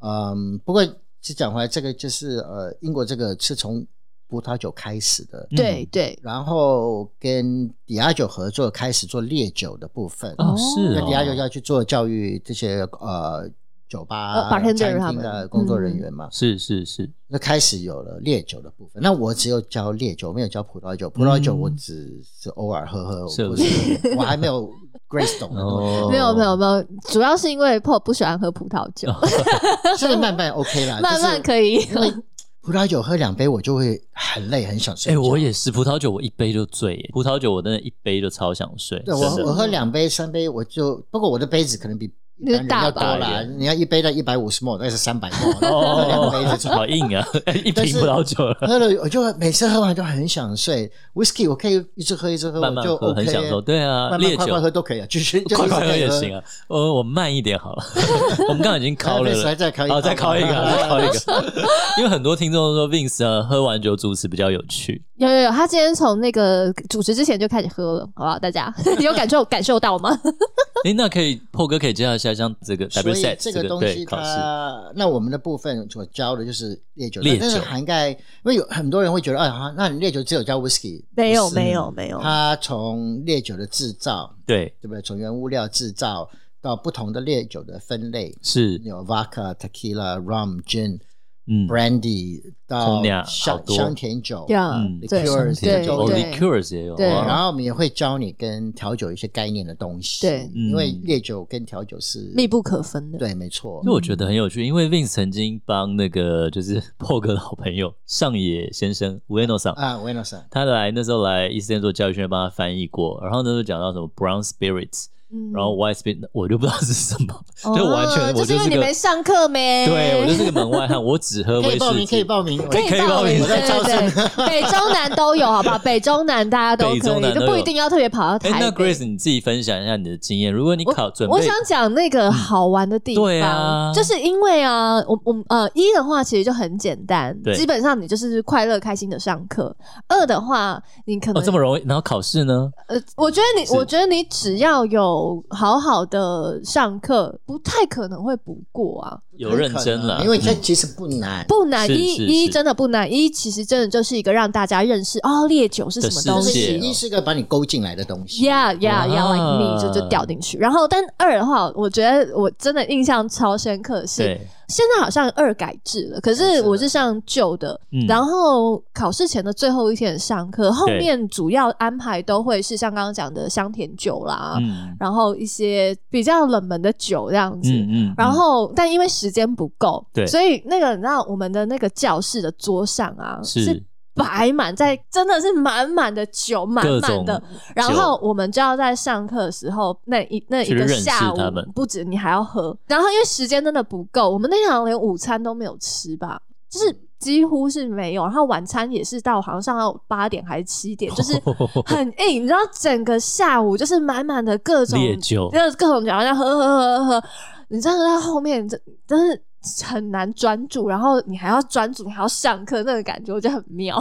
Speaker 3: 嗯，不过就讲回来，这个就是呃，英国这个是从葡萄酒开始的，
Speaker 1: 嗯
Speaker 2: 对对，
Speaker 3: 然后跟迪亚酒合作开始做烈酒的部分，
Speaker 1: 哦，是
Speaker 3: 那
Speaker 1: 哦
Speaker 3: 迪亚酒要去做教育这些呃。酒吧、
Speaker 2: 呃，bartender 他
Speaker 3: 餐厅
Speaker 2: 们嗯
Speaker 3: 的工作人员嘛，
Speaker 1: 是是是，
Speaker 3: 那开始有了烈酒的部分。那我只有教烈酒，没有教葡萄酒。葡萄酒
Speaker 1: 嗯
Speaker 3: 我只是偶尔喝喝，
Speaker 1: 是
Speaker 3: 我不是我还没有 Grace 懂的东西，
Speaker 1: 哦，
Speaker 2: 没有没有没有，主要是因为 Paul 不喜欢喝葡萄酒，
Speaker 1: 哦
Speaker 3: 现在慢慢 OK 啦，
Speaker 2: [laughs] 慢慢
Speaker 3: 以。
Speaker 2: 可以。
Speaker 3: 因为葡萄酒喝两杯我就会很累，很想睡
Speaker 1: 哎、
Speaker 3: 觉。
Speaker 1: 我也是，葡萄酒我一杯就醉耶，葡萄酒我真的一杯就超想睡。
Speaker 3: 对我
Speaker 1: 真的
Speaker 3: 我喝两杯三杯我就，不过我的杯子可能比一般人要多
Speaker 1: 就是大
Speaker 3: 啦
Speaker 1: 吧。
Speaker 2: 啊
Speaker 3: 你要一杯到一百五十 ml，那是三
Speaker 1: [laughs]
Speaker 3: 百 ml，两 [laughs] 杯
Speaker 1: 哦
Speaker 3: 子，。
Speaker 1: 好硬啊！ [laughs] 一瓶
Speaker 3: 但是
Speaker 1: 葡萄酒了，
Speaker 3: 喝了我就每次喝完都很想睡，whisky 我可以一直喝一直喝，
Speaker 1: 慢
Speaker 3: 我
Speaker 1: 慢
Speaker 3: 就
Speaker 1: 喝
Speaker 3: OK，
Speaker 1: 很享受。对啊，
Speaker 3: 慢
Speaker 1: 烈
Speaker 3: 慢
Speaker 1: 酒
Speaker 3: 快快喝都可以啊，就是
Speaker 1: [laughs]
Speaker 3: 就
Speaker 1: 快
Speaker 3: 一直
Speaker 1: 快
Speaker 3: 可
Speaker 1: 喝
Speaker 3: 以
Speaker 1: 也行啊。我我慢一点好
Speaker 3: [laughs]
Speaker 1: 了，我们刚刚已经
Speaker 3: 喝。
Speaker 1: 烤了
Speaker 3: 再
Speaker 1: 了。
Speaker 3: 再烤一
Speaker 1: 好，再
Speaker 3: 烤
Speaker 1: 烤一个，啊
Speaker 3: 啊
Speaker 1: 再烤一个。 [laughs] 因为很多听众都说 Vince 啊，喝完酒主持比较有趣。
Speaker 2: 有有有，他今天从那个主持之前就开始喝了，好不好？大家 [laughs] 有感受感受到吗？ [laughs]
Speaker 1: 哎，那可以破哥可以介绍一下，像这个
Speaker 3: 所
Speaker 1: W
Speaker 3: 以
Speaker 1: set
Speaker 3: 这
Speaker 1: 个
Speaker 3: 个东
Speaker 1: 对
Speaker 3: 西
Speaker 1: 考试，
Speaker 3: 它，那我们的部分所教的就是烈酒，
Speaker 1: 烈酒
Speaker 3: 但是涵盖，因为有很多人会觉得，哎呀，那你烈酒只有教 whisky，
Speaker 2: 没有
Speaker 3: 不是
Speaker 2: 没有没有，
Speaker 3: 它从烈酒的制造，
Speaker 1: 对
Speaker 3: 对不对？从原物料制造到不同的烈酒的分类，
Speaker 1: 是
Speaker 3: 有 vodka、tequila、rum、gin、
Speaker 1: 嗯
Speaker 3: brandy 到
Speaker 1: Cognac，好
Speaker 3: 香
Speaker 1: 多
Speaker 3: 香甜酒。
Speaker 2: 呀
Speaker 1: 嗯，
Speaker 2: 对啊
Speaker 3: 香
Speaker 2: 对
Speaker 3: 甜
Speaker 2: 对
Speaker 3: 酒
Speaker 1: 哦
Speaker 3: 对
Speaker 1: ，liqueurs 也有，
Speaker 2: 对
Speaker 1: 哇
Speaker 3: 然后我们也会教你跟调酒一些概念的东西，
Speaker 2: 对
Speaker 1: 嗯
Speaker 3: 因为烈酒跟调酒是
Speaker 2: 密不可分的。
Speaker 3: 对，没错
Speaker 1: 因为。我觉得很有趣，因为 Vince 曾经帮那个就是 [laughs] Paul 哥的好朋友上野先生 Ueno 上，
Speaker 3: 啊，维诺森，
Speaker 1: 他来那时候来伊斯坦做教育训练，帮他翻译过，然后那时候讲到什么 brown spirits，、
Speaker 2: 嗯
Speaker 1: 然后 white spirit，我就不知道是什么， [laughs]
Speaker 2: 哦
Speaker 1: 就完全我
Speaker 2: 就是因为
Speaker 1: 是
Speaker 2: 你没
Speaker 1: 个，
Speaker 2: 上课没？
Speaker 1: 对我就是个门外汉，我只喝
Speaker 3: 可
Speaker 1: 威
Speaker 3: 以报
Speaker 1: 士
Speaker 3: 名，可以
Speaker 1: 忌。
Speaker 3: 报名，
Speaker 1: 可以
Speaker 2: [laughs] 可以
Speaker 1: 报名
Speaker 2: 对
Speaker 3: 我在招
Speaker 2: 对对，北中南都有，好不好？北中南大家都
Speaker 1: 北中
Speaker 2: 可
Speaker 1: 南
Speaker 2: 以，
Speaker 1: 都有
Speaker 2: 就不一定要特别跑到
Speaker 1: 哎，
Speaker 2: 台
Speaker 1: 那
Speaker 2: 北。
Speaker 1: Grace 你自己分享一下你的经验，如果你考准备
Speaker 2: 我想讲那个好玩的地方，
Speaker 1: 嗯对啊
Speaker 2: 就是因为啊，我我呃一的话其实就很简单，
Speaker 1: 对
Speaker 2: 基本上你就是快乐开心的上课。二的话，你可
Speaker 1: 哦
Speaker 2: 能、
Speaker 1: 这么容易，然后考试呢？
Speaker 2: 呃，我觉得你，
Speaker 1: 是
Speaker 2: 我觉得你只要有好好的上课，不太可能会不过啊，
Speaker 1: 有认真了，
Speaker 3: 因为这
Speaker 1: 嗯
Speaker 3: 其实不难，
Speaker 2: 不难。
Speaker 1: 是
Speaker 2: 一
Speaker 1: 是
Speaker 2: 一
Speaker 1: 是
Speaker 2: 真的不难，一其实真的就是一个让大家认识哦，烈酒是什么
Speaker 1: 的世
Speaker 2: 东
Speaker 1: 不
Speaker 2: 西
Speaker 1: 界。
Speaker 3: 一是个把你勾进来的东西。
Speaker 2: Yeah, yeah, yeah, like me
Speaker 1: 啊
Speaker 2: 就就掉进去。然后，但二的话，我觉得我真的印象超深刻的是，
Speaker 1: 对，
Speaker 2: 现在好像二改制了，可
Speaker 3: 改制
Speaker 2: 是
Speaker 3: 了
Speaker 2: 我是上旧的。
Speaker 1: 嗯
Speaker 2: 然后考试前的最后一天上课，后面主要安排都会是像刚刚讲的香甜酒啦，
Speaker 1: 嗯
Speaker 2: 然后一些比较冷门的酒这样子。
Speaker 1: 嗯嗯，
Speaker 2: 然后，但因为时间不够，
Speaker 1: 对
Speaker 2: 所以那个你知道我们的那个教室的桌上啊，
Speaker 1: 嗯是
Speaker 2: 摆满在真的是满满的酒，满
Speaker 1: 各
Speaker 2: 满
Speaker 1: 种
Speaker 2: 的。然后我们就要在上课的时候那一那一
Speaker 1: 去
Speaker 2: 个
Speaker 1: 认识
Speaker 2: 下午
Speaker 1: 他们，
Speaker 2: 不止你还要喝。然后因为时间真的不够，我们那天好像连午餐都没有吃吧，就是几乎是没有。然后晚餐也是到好像上到八点还是七点，就是
Speaker 1: 哦
Speaker 2: 很硬。你知道整个下午就是满满的各
Speaker 1: [laughs]
Speaker 2: 种
Speaker 1: 烈
Speaker 2: [laughs]
Speaker 1: 酒
Speaker 2: 各各种酒，然后喝喝喝喝喝。你真的到后面真真是。很难专注，然后你还要专注，你还要上课，那个感觉我觉得很妙。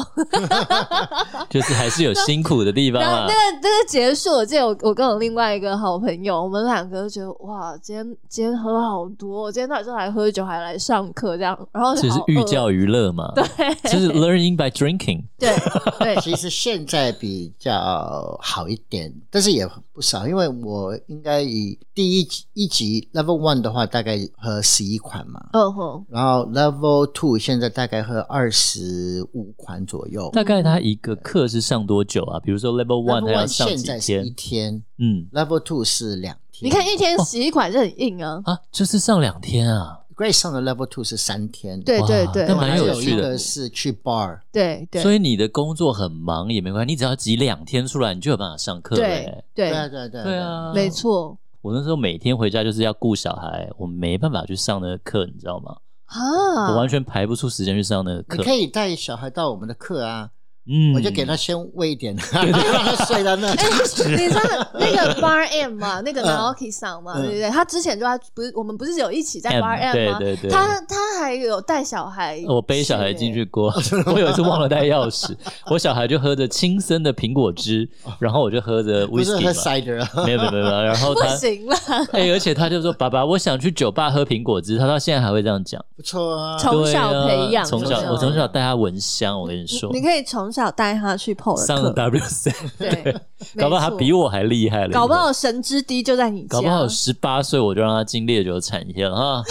Speaker 1: 就是还是有辛苦的地方
Speaker 2: 然后
Speaker 1: 啊
Speaker 2: [laughs] 那。个那个结束，我记得我我跟我另外一个好朋友，我们两个都觉得哇，今天今天喝好多，今天到底是来喝酒还来上课这样，然后
Speaker 1: 就是
Speaker 2: 好饿
Speaker 1: 寓
Speaker 3: 哦
Speaker 1: 教于乐嘛，对，就是 learning by drinking，
Speaker 2: 对对
Speaker 3: [laughs] 其实现在比较好一点，但是也不少，因为我应该以第一集一集 Level One 的话，大概喝十一款嘛，
Speaker 2: 嗯哼，
Speaker 3: 然后 Level Two 现在大概喝二十五款左右。
Speaker 1: 大概他一个课是上多久啊？比如说 level one
Speaker 3: 嗯 Level
Speaker 1: 他要
Speaker 3: One
Speaker 1: 上
Speaker 3: 现
Speaker 1: 几
Speaker 3: 在是一
Speaker 1: 天？
Speaker 3: 天
Speaker 1: 嗯
Speaker 3: ，Level Two 是两天。
Speaker 2: 你看一天十一款是很硬啊，
Speaker 1: 啊，就是上两天啊，
Speaker 3: Grace 上的 Level Two 是三天，
Speaker 2: 对
Speaker 1: 哇
Speaker 2: 对对
Speaker 1: 那蛮
Speaker 3: 还
Speaker 1: 有
Speaker 3: 有
Speaker 1: 趣
Speaker 3: 一
Speaker 1: 的
Speaker 3: 个。是去 bar，
Speaker 2: 对对
Speaker 1: 所以你的工作很忙也没关系，你只要挤两天出来，你就有办法上课了
Speaker 2: 对
Speaker 1: 欸。
Speaker 3: 对啊
Speaker 2: 对，
Speaker 3: 对啊对啊
Speaker 1: 对，啊，
Speaker 2: 没。错
Speaker 1: 我那时候每天回家就是要顾小孩，我没办法去上那个课，你知道吗？我
Speaker 2: 啊
Speaker 1: 完，全排不出时间去上那个
Speaker 3: 嗯你
Speaker 1: 课
Speaker 3: 可。以带小孩到我们的课啊，
Speaker 1: 嗯
Speaker 3: 我就给他先喂一点， [laughs] 让他
Speaker 1: [laughs]
Speaker 3: 睡到那。
Speaker 2: 你知道那个 Bar M 嘛，那个
Speaker 3: 嗯
Speaker 2: Naoki 上嘛，
Speaker 3: 嗯
Speaker 2: 对不对？他之前就在不是我们不是有一起在
Speaker 1: M，
Speaker 2: Bar
Speaker 1: 对
Speaker 2: M 吗？
Speaker 1: 对对哦
Speaker 2: 他他还有带小孩，
Speaker 1: 我背小孩进去过， [laughs] 我有一次忘了带钥匙，我小孩就喝着青森的苹果汁，然后我就喝着
Speaker 3: 哦不
Speaker 1: whisky
Speaker 3: 是喝
Speaker 1: 嘛，
Speaker 3: cider 啊，
Speaker 1: 没有没有没有，没有然后
Speaker 2: 不
Speaker 1: 他
Speaker 2: 行了。
Speaker 1: 哎、而且他就说爸爸，我想去酒吧喝苹果汁，他到现在还会这样讲，
Speaker 3: 不错啊。
Speaker 2: 从小
Speaker 1: 对啊
Speaker 2: 培养
Speaker 1: 从
Speaker 3: 从
Speaker 1: 小
Speaker 3: 小
Speaker 1: 我从小带他闻香，我跟你说
Speaker 2: 你，可以从小带他去 PO 的
Speaker 1: 上了
Speaker 2: 课，
Speaker 1: W
Speaker 3: [laughs]
Speaker 1: C，
Speaker 2: 对，
Speaker 1: 搞不好
Speaker 2: 没
Speaker 1: 他
Speaker 2: 错
Speaker 1: 比我还厉害了，
Speaker 2: 搞不好神之滴就在你家，
Speaker 1: 搞不好十八岁我就让他进烈酒产业了哈，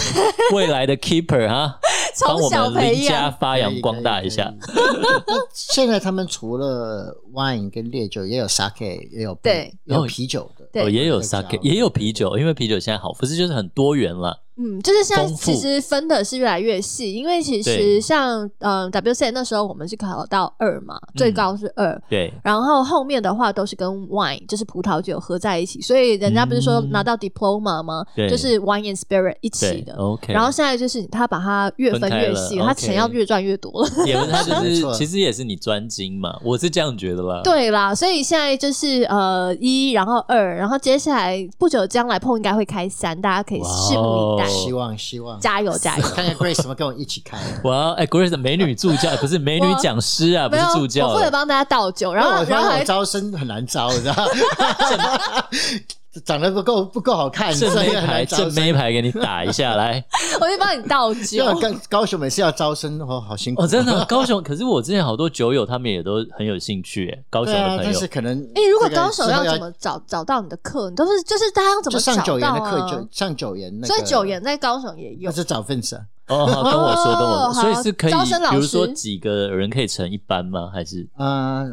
Speaker 1: 未来的 keeper 哈，帮
Speaker 2: 从
Speaker 1: 我
Speaker 2: 小
Speaker 1: 们
Speaker 2: 培
Speaker 1: 林家
Speaker 2: 养。
Speaker 1: 发扬光大一
Speaker 3: [laughs]
Speaker 1: 下。
Speaker 3: 可以。可以可以现在他们除了 wine 跟烈酒，也有 sake，也有
Speaker 2: 对
Speaker 3: 也有啤酒的。
Speaker 2: 对
Speaker 1: 哦，也有
Speaker 3: 在家
Speaker 1: sake，也有啤酒，因为啤酒现在好，不是就是很多元了。
Speaker 2: 嗯，就是现在
Speaker 1: 丰富
Speaker 2: 其实分的是越来越细，因为其实
Speaker 1: 对
Speaker 2: 像嗯 WC 那时候我们是考到二嘛，
Speaker 1: 嗯
Speaker 2: 最高是二、
Speaker 1: 对，
Speaker 2: 然后后面的话都是跟 wine 就是葡萄酒合在一起，所以人家不是说
Speaker 1: 嗯
Speaker 2: 拿到 diploma 吗？
Speaker 1: 对
Speaker 2: 就是 wine and spirit 一起
Speaker 1: 对
Speaker 2: 的。
Speaker 1: ，OK。
Speaker 2: 然后现在就是他把它越分
Speaker 1: 分开
Speaker 2: 越
Speaker 1: 了
Speaker 2: 细，他
Speaker 1: OK
Speaker 2: 钱要越赚越多了。
Speaker 1: [laughs]
Speaker 2: [laughs]
Speaker 1: 也不是，他就是
Speaker 3: 没
Speaker 1: 是
Speaker 3: 错
Speaker 1: 其实也是你专精嘛，我是这样觉得啦。，
Speaker 2: 对啦，所以现在就是呃一，然后二，然后接下来不久将来碰应该会开三，大家可以拭目以
Speaker 1: 哇哦
Speaker 2: 待
Speaker 3: 希望希望
Speaker 2: 加油加油！
Speaker 3: [laughs] 看看 Grace 怎么跟我一起
Speaker 2: [laughs]
Speaker 3: 开。
Speaker 1: 我要哎，Grace 美女助教不是美女讲师
Speaker 3: 哦
Speaker 1: 啊，不
Speaker 2: 没
Speaker 1: 是
Speaker 2: 有，
Speaker 1: 助教
Speaker 2: 我
Speaker 1: 啊，
Speaker 2: 负责帮大家倒酒，然
Speaker 3: 因为
Speaker 2: 后
Speaker 3: [laughs] 我
Speaker 2: 然后
Speaker 3: 发现
Speaker 2: 还
Speaker 3: 我招生很难招，你知道吗？ [laughs] 长得不够不够好看，
Speaker 1: 正
Speaker 3: 所以
Speaker 1: 妹
Speaker 3: 很
Speaker 1: 牌
Speaker 3: 难招
Speaker 1: 正
Speaker 3: 生。
Speaker 1: 妹牌给你打一下
Speaker 2: [laughs]
Speaker 1: 来。
Speaker 2: 我就帮你倒酒
Speaker 3: 因。为高高雄每 [laughs] 次要招生，哦，好辛苦。
Speaker 1: 哦，真的啊高雄，可是我之前好多酒友他们也都很有兴趣耶，高雄
Speaker 3: 对
Speaker 1: 的
Speaker 3: 啊，
Speaker 1: 朋
Speaker 3: 但
Speaker 1: 友
Speaker 3: 是。可能
Speaker 2: 哎，如果
Speaker 3: 这个
Speaker 2: 高手
Speaker 3: 之后
Speaker 2: 要怎么找找到你的课，你都是就是大家要怎
Speaker 3: 就
Speaker 2: 么
Speaker 3: 上
Speaker 2: 找
Speaker 3: 九
Speaker 2: 到
Speaker 3: 研的课，
Speaker 2: 啊
Speaker 3: 就？上九研那个
Speaker 2: 所以九研在高手也有
Speaker 3: 那。是找份子啊。
Speaker 1: 哦，好跟我说，跟我
Speaker 2: 哦
Speaker 1: 说，所以是可以
Speaker 2: 好招生老，师
Speaker 1: 比如说几个人可以成一班吗？还是
Speaker 3: 呃，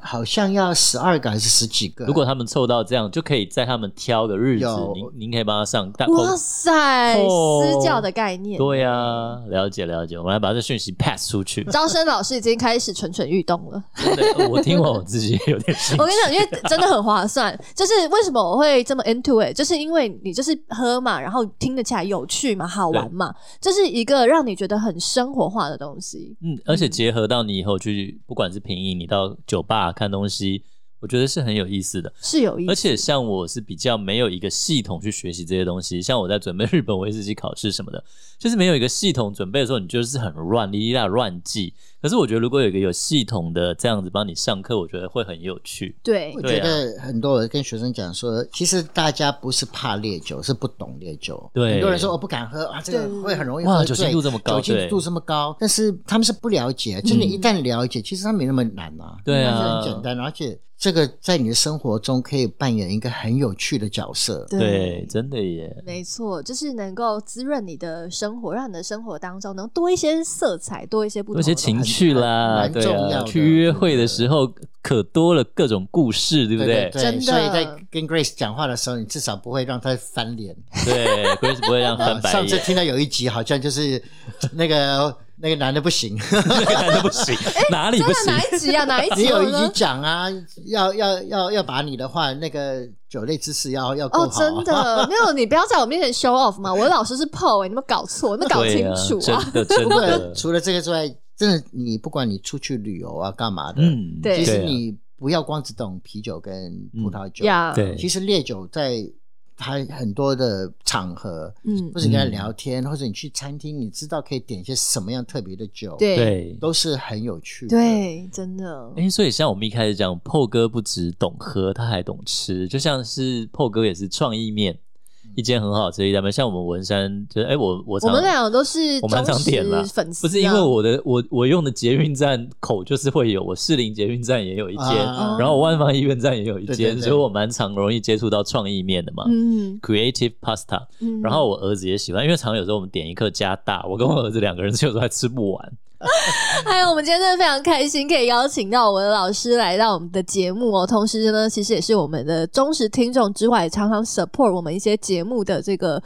Speaker 3: 好像要十二个还是十几个？
Speaker 1: 如果他们凑到这样，就可以在他们挑个日子
Speaker 3: 有，
Speaker 1: 您您可以帮他上大。
Speaker 2: 哇塞，
Speaker 1: 哦
Speaker 2: 私教的概念。
Speaker 1: 对呀、啊，了解了解，我们来把这讯息 pass 出去。
Speaker 2: 招生老师已经开始蠢蠢欲动了。 [laughs]
Speaker 1: 真的，我听完我自己也有点兴奋。
Speaker 2: 我跟你讲，因为真的很划算。就是为什么我会这么 into it，就是因为你就是喝嘛，然后听得起来有趣嘛，好玩嘛，这是一个让你觉得很生活化的东西。
Speaker 1: [laughs] 嗯，而且结合到你以后去，不管是平饮，你到酒吧看东西，我觉得是很有意思的。
Speaker 2: 是有意思，
Speaker 1: 而且像我是比较没有一个系统去学习这些东西，像我在准备日 [laughs] 本威士忌考试什么的，就是没有一个系统准备的时候，你就是很乱，哩哩啦乱记。可是我觉得如果有一个有系统的这样子帮你上课，我觉得会很有趣。
Speaker 2: 对
Speaker 3: 我
Speaker 1: 对
Speaker 3: 觉
Speaker 1: 啊
Speaker 3: 得很多我跟学生讲说，其实大家不是怕烈酒，是不懂烈酒。
Speaker 1: 对
Speaker 3: 很多人说我不敢喝啊，这个会很容易
Speaker 1: 哇
Speaker 3: 喝醉
Speaker 1: 酒精度这么高嗯
Speaker 3: 酒精度这么高，但是他们是不了解。真的，一旦了解，其实它没那么难啊，
Speaker 1: 对啊
Speaker 3: 它是很简单，而且这个在你的生活中可以扮演一个很有趣的角色。
Speaker 2: 嗯
Speaker 1: 对，真的耶。
Speaker 2: 没错，就是能够滋润你的生活，让你的生活当中能多一些色彩，多一些不
Speaker 1: 有
Speaker 2: 同的
Speaker 1: 一些
Speaker 2: 东西
Speaker 1: 情趣啦，
Speaker 3: 蛮
Speaker 1: 对
Speaker 3: 重
Speaker 1: 啊，
Speaker 3: 要的
Speaker 1: 去约会的时候可多了各种故事，对不
Speaker 3: 对
Speaker 2: 真的
Speaker 3: 所以在跟 Grace 讲话的时候，你至少不会让她翻脸。
Speaker 1: 对，Grace 不会让翻白
Speaker 3: 呃上次
Speaker 1: 眼，
Speaker 3: 听到有一集好像就是那个 [laughs] 那个男的不行， [laughs]
Speaker 1: [laughs] 那个男的不行，哪里
Speaker 2: 真
Speaker 1: 不
Speaker 2: 的
Speaker 1: 行？
Speaker 2: 哪一集啊？哪一
Speaker 1: [laughs]
Speaker 3: 你
Speaker 2: 集
Speaker 3: 有
Speaker 2: 我
Speaker 3: 一集
Speaker 2: 呢？
Speaker 3: 讲啊，要要要要把你的话那个酒类知识要要够
Speaker 2: 哦，
Speaker 3: 好、啊
Speaker 2: 真的没有，你不要在我面前 show off 嘛！我的老师是 PO，、欸、你们搞错，你们搞
Speaker 1: 对
Speaker 2: 清
Speaker 1: 啊
Speaker 2: 楚啊！
Speaker 1: 真的真
Speaker 3: 除 [laughs] 了
Speaker 1: 的，
Speaker 3: 除了这个之外，真的你不管你出去旅游啊干嘛的，
Speaker 1: 嗯，
Speaker 2: 对
Speaker 3: 其
Speaker 1: 对
Speaker 3: 实
Speaker 1: 啊
Speaker 3: 你不要光只懂啤酒跟葡萄酒，
Speaker 2: 呀
Speaker 1: 对
Speaker 3: 其实烈酒在它很多的场合，
Speaker 2: 嗯，
Speaker 3: 或者你跟他聊天，或者你去餐厅，你知道可以点一些什么样特别的酒，，
Speaker 2: 对
Speaker 1: 对。
Speaker 3: 都是很有趣的。
Speaker 2: 对，真的。
Speaker 1: 哎、所以像我们一开始讲，破哥不只懂喝，他还懂吃，就像是破哥也是创意面一间很好吃的一家店，像我们文山，就是哎、我我
Speaker 2: 我
Speaker 1: 常
Speaker 2: 们俩都是
Speaker 1: 我蛮
Speaker 2: 忠
Speaker 1: 常
Speaker 2: 实
Speaker 1: 点啦
Speaker 2: 粉
Speaker 1: 不
Speaker 2: 丝啊，
Speaker 1: 是因为我的我我用的捷运站口就是会有，我士林捷运站也有一间，
Speaker 2: 哦
Speaker 3: 啊
Speaker 1: 然后我万方医院站也有一
Speaker 3: 对对
Speaker 1: 间，
Speaker 3: 对
Speaker 1: 所以我蛮常容易接触到创意面的嘛。
Speaker 2: 嗯，
Speaker 1: Creative Pasta，
Speaker 2: 嗯
Speaker 1: 然后我儿子也喜欢，因为常有时候我们点一颗加大，我跟我儿子两个人有时候还吃不完。
Speaker 2: 还哎有我们今天真的非常开心，可以邀请到我的老师来到我们的节目哦。同时呢，其实也是我们的忠实听众之外，常常 support 我们一些节目的这个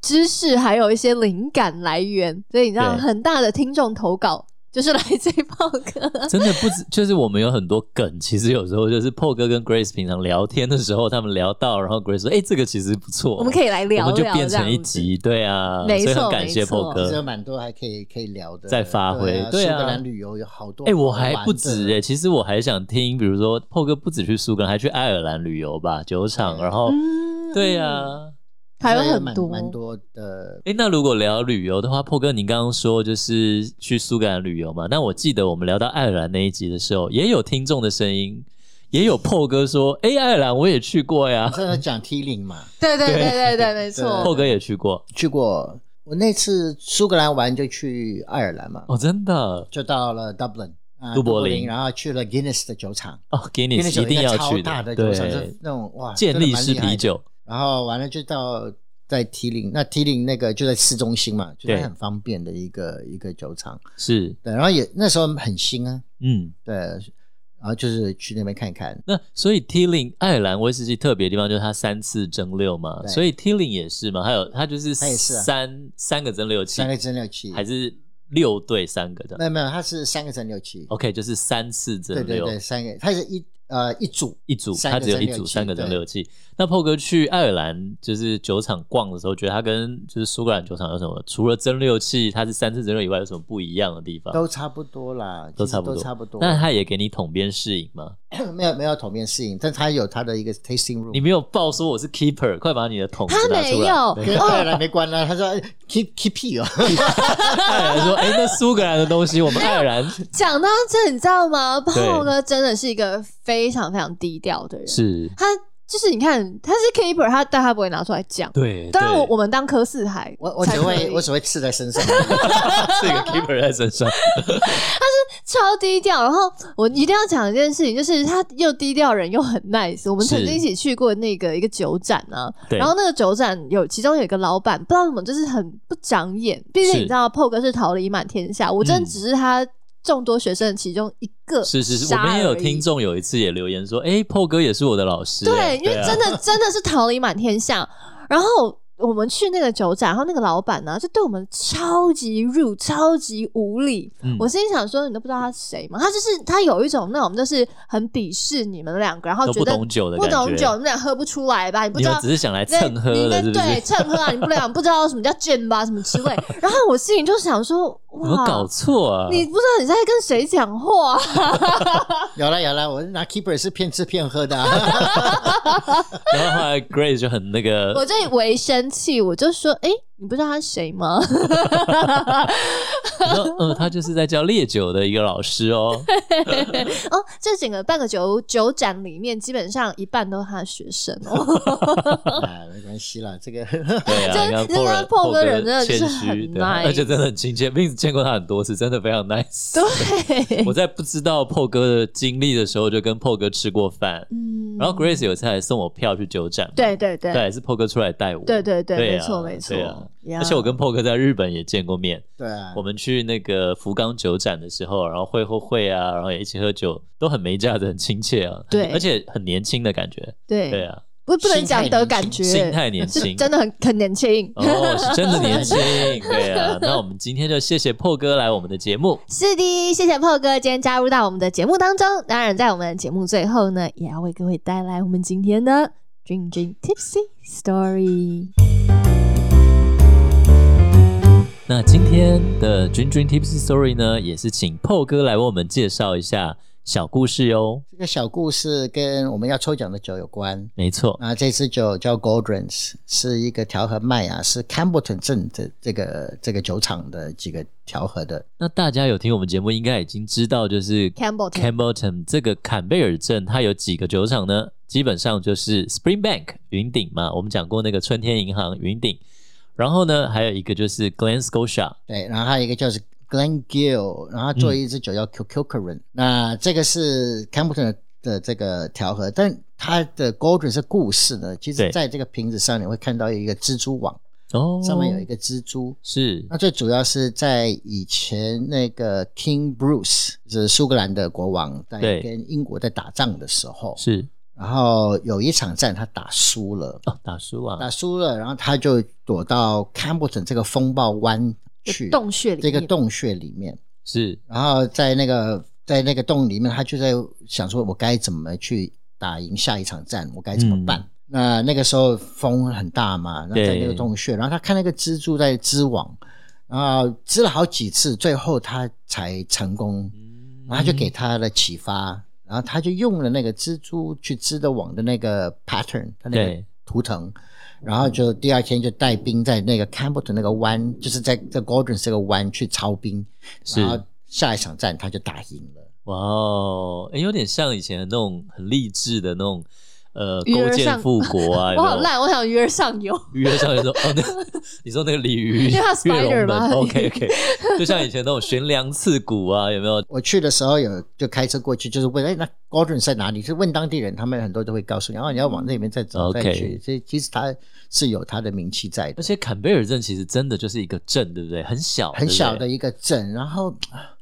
Speaker 2: 知识，还有一些灵感来源。所以你知道，
Speaker 1: 对
Speaker 2: 很大的听众投稿就是来自 [laughs] 于豹哥。
Speaker 1: 真的不止，就是我们有很多梗，其实有时候就是 Paul 哥跟 Grace 平常聊天的时候，他们聊到，然后 Grace 说：“哎、这个其实不错。”
Speaker 2: 我们可以来聊
Speaker 1: 我们就
Speaker 2: 聊，
Speaker 1: 变成一
Speaker 2: 这样子。
Speaker 1: 集，对啊，
Speaker 2: 没
Speaker 1: 所以
Speaker 2: 错
Speaker 1: 很感谢
Speaker 2: 没错
Speaker 1: Paul
Speaker 3: 其实有
Speaker 1: 哥。
Speaker 3: 哦蛮多还可以可以聊的，
Speaker 1: 再发挥对
Speaker 3: 对
Speaker 1: 啊
Speaker 3: 苏格兰旅游有好多
Speaker 1: 哎、
Speaker 3: 好玩的，
Speaker 1: 我还不止哎、其实我还想听，比如说 Paul 哥不止去苏格兰，还去爱尔兰旅游吧，酒厂，然后、
Speaker 2: 嗯
Speaker 1: 哦对呀、
Speaker 2: 嗯
Speaker 1: 啊。
Speaker 2: 还有
Speaker 3: 所以
Speaker 2: 很
Speaker 3: 蛮
Speaker 2: 多
Speaker 3: 蛮多的。
Speaker 1: 哎、那如果聊旅游的话，破哥，您刚刚说就是去苏格兰旅游嘛？那我记得我们聊到爱尔兰那一集的时候，也有听众的声音，也有破哥说：“哎、爱尔兰我也去过呀。
Speaker 3: 这讲 T 零嘛，
Speaker 2: 对对对对对，没错。
Speaker 1: 破哥也去过
Speaker 3: 去过。我那次苏格兰玩就去爱尔兰嘛，
Speaker 1: 哦，真的
Speaker 3: 就到了 Dublin，呃
Speaker 1: 都柏林
Speaker 3: 然后去了 Guinness 的酒厂
Speaker 1: 哦，给你
Speaker 3: Guinness
Speaker 1: 一定要
Speaker 3: 有一
Speaker 1: 去
Speaker 3: 个超大的酒厂，是
Speaker 1: 对，
Speaker 3: 那种哇，
Speaker 1: 健
Speaker 3: 真的
Speaker 1: 力
Speaker 3: 蛮
Speaker 1: 士
Speaker 3: 厉害的
Speaker 1: 啤。酒，
Speaker 3: 然后完了就到在提林，那提林那个就在市中心嘛，就是
Speaker 1: 对
Speaker 3: 很方便的一个一个酒厂。
Speaker 1: 是，
Speaker 3: 对，然后也那时候很新啊，
Speaker 1: 嗯，
Speaker 3: 对，然后就是去那边看一看。
Speaker 1: 那所以 Tilling 爱尔兰威士忌特别的地方就是它三次蒸馏嘛，
Speaker 3: 对
Speaker 1: 所以 Tilling 也是嘛，还有它就是
Speaker 3: 它也是啊
Speaker 1: 三三个蒸馏器
Speaker 3: 三，个蒸馏器，
Speaker 1: 还是六对三个
Speaker 3: 没
Speaker 1: 的
Speaker 3: 有没有，它是三个蒸馏器。
Speaker 1: ，OK，就是三次蒸
Speaker 3: 对对对，
Speaker 1: 馏。
Speaker 3: 三个，它是一呃一组，
Speaker 1: 一组，
Speaker 3: 三
Speaker 1: 它
Speaker 3: 个
Speaker 1: 只有一
Speaker 3: 蒸馏
Speaker 1: 组
Speaker 3: 器
Speaker 1: 三个蒸馏器。那破哥去爱尔兰就是酒厂逛的时候，觉得它跟就是苏格兰酒厂有什么？除了蒸馏器它是三次蒸馏以外，有什么不一样的地方？
Speaker 3: 都差不多啦，
Speaker 1: 啊都
Speaker 3: 其实
Speaker 1: 差不多
Speaker 3: 都差不多。
Speaker 1: 那他也给你统编试饮吗？
Speaker 3: [coughs] 没有没有桶面适应，但它有它的一个 tasting
Speaker 1: 你
Speaker 3: room。
Speaker 1: 没有报说我是 keeper，快把你的桶子
Speaker 2: 他
Speaker 1: 拿
Speaker 2: 没
Speaker 1: 出来。
Speaker 2: 有
Speaker 3: 跟爱
Speaker 2: 哦，
Speaker 3: 尔兰没关啦，他说哎 keep keep 屁哦，
Speaker 1: 爱尔兰说：“哎、那苏格兰的东西，我
Speaker 2: [laughs]
Speaker 1: 们爱尔兰
Speaker 2: 讲到这你知道吗？
Speaker 1: 对
Speaker 2: 炮哥真的是一个非常非常低调的人，
Speaker 1: 是
Speaker 2: 他就是你看他是 keeper，他但他不会拿出来讲。
Speaker 1: 对。
Speaker 2: 当然
Speaker 1: 对
Speaker 2: 我我们当柯四海，
Speaker 3: 我我
Speaker 2: 才
Speaker 3: 只
Speaker 2: 可
Speaker 3: 会
Speaker 2: 以
Speaker 3: 我只会刺在身上。 [laughs]
Speaker 1: 这
Speaker 2: [laughs]
Speaker 1: 个 keeper 在身上，
Speaker 2: 超低调。然后我一定要讲一件事情，就是他又低调人又很 nice。我们
Speaker 1: 是
Speaker 2: 曾经一起去过那个一个酒展啊，
Speaker 1: 对
Speaker 2: 然后那个酒展有其中有一个老板，不知道怎么就是很不长眼。毕
Speaker 1: 是
Speaker 2: 竟你知道，PO 哥是桃李满天下，我真
Speaker 1: 嗯
Speaker 2: 的只是他众多学生的其中一个。
Speaker 1: 是是是，我们也有听。众有一次也留言说：“哎、破哥也是我的老师。哎”
Speaker 2: 对，因为
Speaker 1: 啊
Speaker 2: 真的、真的是桃李满天下。然后我们去那个酒展，然后那个老板呢、就对我们超级 rude，超级无理。
Speaker 1: 嗯
Speaker 2: 我心里想说，你都不知道他是谁吗？他就是他有一种那种就是很鄙视你们两个，然后
Speaker 1: 都
Speaker 2: 觉
Speaker 1: 不
Speaker 2: 得
Speaker 1: 懂酒的
Speaker 2: 不
Speaker 1: 感觉，
Speaker 2: 懂酒，你们俩喝不出来吧？你不
Speaker 1: 你
Speaker 2: 知
Speaker 1: 们
Speaker 2: 道
Speaker 1: 只是想来蹭喝
Speaker 2: 你应
Speaker 1: 的，
Speaker 2: 该
Speaker 1: 是不
Speaker 2: 对
Speaker 1: 是？
Speaker 2: 蹭喝啊！你不俩不知道什么叫卷吧，什么之类。然后我心里就
Speaker 1: [laughs]
Speaker 2: 想说，
Speaker 1: 有没有
Speaker 2: 哇，
Speaker 1: 搞错啊？
Speaker 2: 你不知道你在跟谁
Speaker 1: [laughs]
Speaker 2: 讲话、
Speaker 3: 有啦有啦，我拿 keeper 是骗吃骗喝的、啊， [laughs]
Speaker 1: 然后后来 Grace 就很那个，
Speaker 2: [laughs] 我这为生气，我就说，哎、你不知道他是谁吗？ [laughs]
Speaker 1: 然后嗯，他就是在教烈酒的一个老师哦。
Speaker 2: 哦，这整个半个酒酒展里面，基本上一半都是他的学生
Speaker 1: [laughs]
Speaker 2: 哦。
Speaker 3: 哎，没关系啦，这个 [laughs]
Speaker 2: [laughs]
Speaker 1: 对啊，
Speaker 2: 真
Speaker 1: 你看 Paul
Speaker 2: 真的
Speaker 1: 人
Speaker 2: ，Paul
Speaker 1: 哥
Speaker 2: 哥人真的
Speaker 1: 谦
Speaker 2: 是
Speaker 1: 虚
Speaker 2: 很
Speaker 1: 对啊
Speaker 2: nice
Speaker 1: 而且真的很亲切。Vince 见过他很多次，真的非常 nice。
Speaker 2: 对，
Speaker 1: 我在不知道 Paul 哥的经历的时候，就跟 Paul 哥吃过饭。
Speaker 2: 嗯
Speaker 1: 然后 Grace 有一次还送我票去酒展嘛，
Speaker 2: 对对对
Speaker 1: 对，是 Paul 哥出来带我，
Speaker 2: 对对对，
Speaker 1: 对啊
Speaker 2: 没错没错
Speaker 1: 对啊。
Speaker 2: 呀
Speaker 1: 而且我跟 Paul 哥在日本也见过面，
Speaker 3: 对
Speaker 2: 嗯
Speaker 3: 啊
Speaker 1: 我，们去那个福冈酒展的时候，然后会后会啊，然后也一起喝酒，都很没架子，很亲切啊，
Speaker 2: 对
Speaker 1: 而且很年轻的感觉，
Speaker 2: 对
Speaker 1: 对啊，
Speaker 2: 不不能讲得感觉，
Speaker 1: 心态年
Speaker 2: 是
Speaker 1: 轻，
Speaker 2: 真的很很年轻。
Speaker 1: 哦，是真的年
Speaker 2: [laughs]
Speaker 1: 轻，对啊。那我们今天就谢谢破哥来我们的节目，
Speaker 2: 是的，谢谢炮哥今天加入到我们的节目当中。当然，在我们节目最后呢，也要为各位带来我们今天的 Dream Dream Tipsy Story。
Speaker 1: 那今天的 Dream Dream Tipsy Story 呢，也是请破哥来为我们介绍一下小故事哦哟。
Speaker 3: 这个小故事跟我们要抽奖的酒有关。
Speaker 1: 没错，
Speaker 3: 啊，这支酒叫 Goldrins，是一个调和麦芽，是 Campbellton 镇的这个这个酒厂的几个调和的。
Speaker 1: 那大家有听我们节目，应该已经知道，就是
Speaker 2: Campbellton
Speaker 1: Campbellton 这个坎贝尔镇，它有几个酒厂呢？基本上就是 Springbank 云顶嘛，我们讲过那个春天银行云顶，然后呢，还有一个就是 Glen Scotia，
Speaker 3: 对，然后还有一个叫是 Glen Gill，然后
Speaker 1: 嗯
Speaker 3: 做一支酒叫 k u k u r a n 那这个是 Campbellton 的这个调和，但它的 Goldrins 的故事呢，其
Speaker 1: 对
Speaker 3: 实在这个瓶子上你会看到有一个蜘蛛网，
Speaker 1: 哦，
Speaker 3: 上面有一个蜘蛛。
Speaker 1: 是
Speaker 3: 那最主要是在以前那个 King Bruce，就是苏格兰的国王，在
Speaker 1: 对
Speaker 3: 跟英国在打仗的时候，
Speaker 1: 是
Speaker 3: 然后有一场战他打输了，
Speaker 1: 哦，打输啊，
Speaker 3: 打输了，然后他就躲到 Campbellton 这个风暴湾去
Speaker 2: 洞穴里
Speaker 3: 这
Speaker 2: 面
Speaker 3: 个洞穴里面，
Speaker 1: 是
Speaker 3: 然后在那个在那个洞里面，他就在想说，我该怎么去打赢下一场战，我该怎么办？
Speaker 1: 嗯
Speaker 3: 那那个时候风很大嘛，那
Speaker 1: 对
Speaker 3: 在那个洞穴，然后他看那个蜘蛛在织网，然后织了好几次，最后他才成功
Speaker 1: 嗯
Speaker 3: 然嗯后他就给他的启发，然后他就用了那个蜘蛛去织的网的那个 pattern，他那
Speaker 1: 对
Speaker 3: 个图腾，然后就第二天就带兵在那个 Campbellton 那个湾，就是在在 Gordon 这个湾去操兵，
Speaker 1: 是
Speaker 3: 然后下一场战他就打赢了。
Speaker 1: 哇哦，诶有点像以前那种很励志的那种，呃，
Speaker 2: 鱼
Speaker 1: 勾
Speaker 2: 儿
Speaker 1: 践
Speaker 2: 上 [laughs]
Speaker 1: 复国啊，有没
Speaker 2: 我好
Speaker 1: 有
Speaker 2: 烂，我想约上游。
Speaker 1: 约上来说，哦，那你说那个鲤鱼
Speaker 2: 因为它
Speaker 1: 跃
Speaker 2: spider
Speaker 1: 龙
Speaker 2: 嘛
Speaker 1: 门，OK OK，就像以前那种悬梁刺股啊，有没有？
Speaker 3: 我去的时候有就开车过去，就是问哎，那 Gordon 在哪里？是问当地人，他们很多都会告诉你，哦然后你要往那边再走
Speaker 1: OK
Speaker 3: 再去。所以其实他是有他的名气在
Speaker 1: 而
Speaker 3: 的，
Speaker 1: 且坎贝尔镇其实真的就是一个镇，对不对？很小，
Speaker 3: 很小
Speaker 1: 哦对
Speaker 3: 的一个镇，然后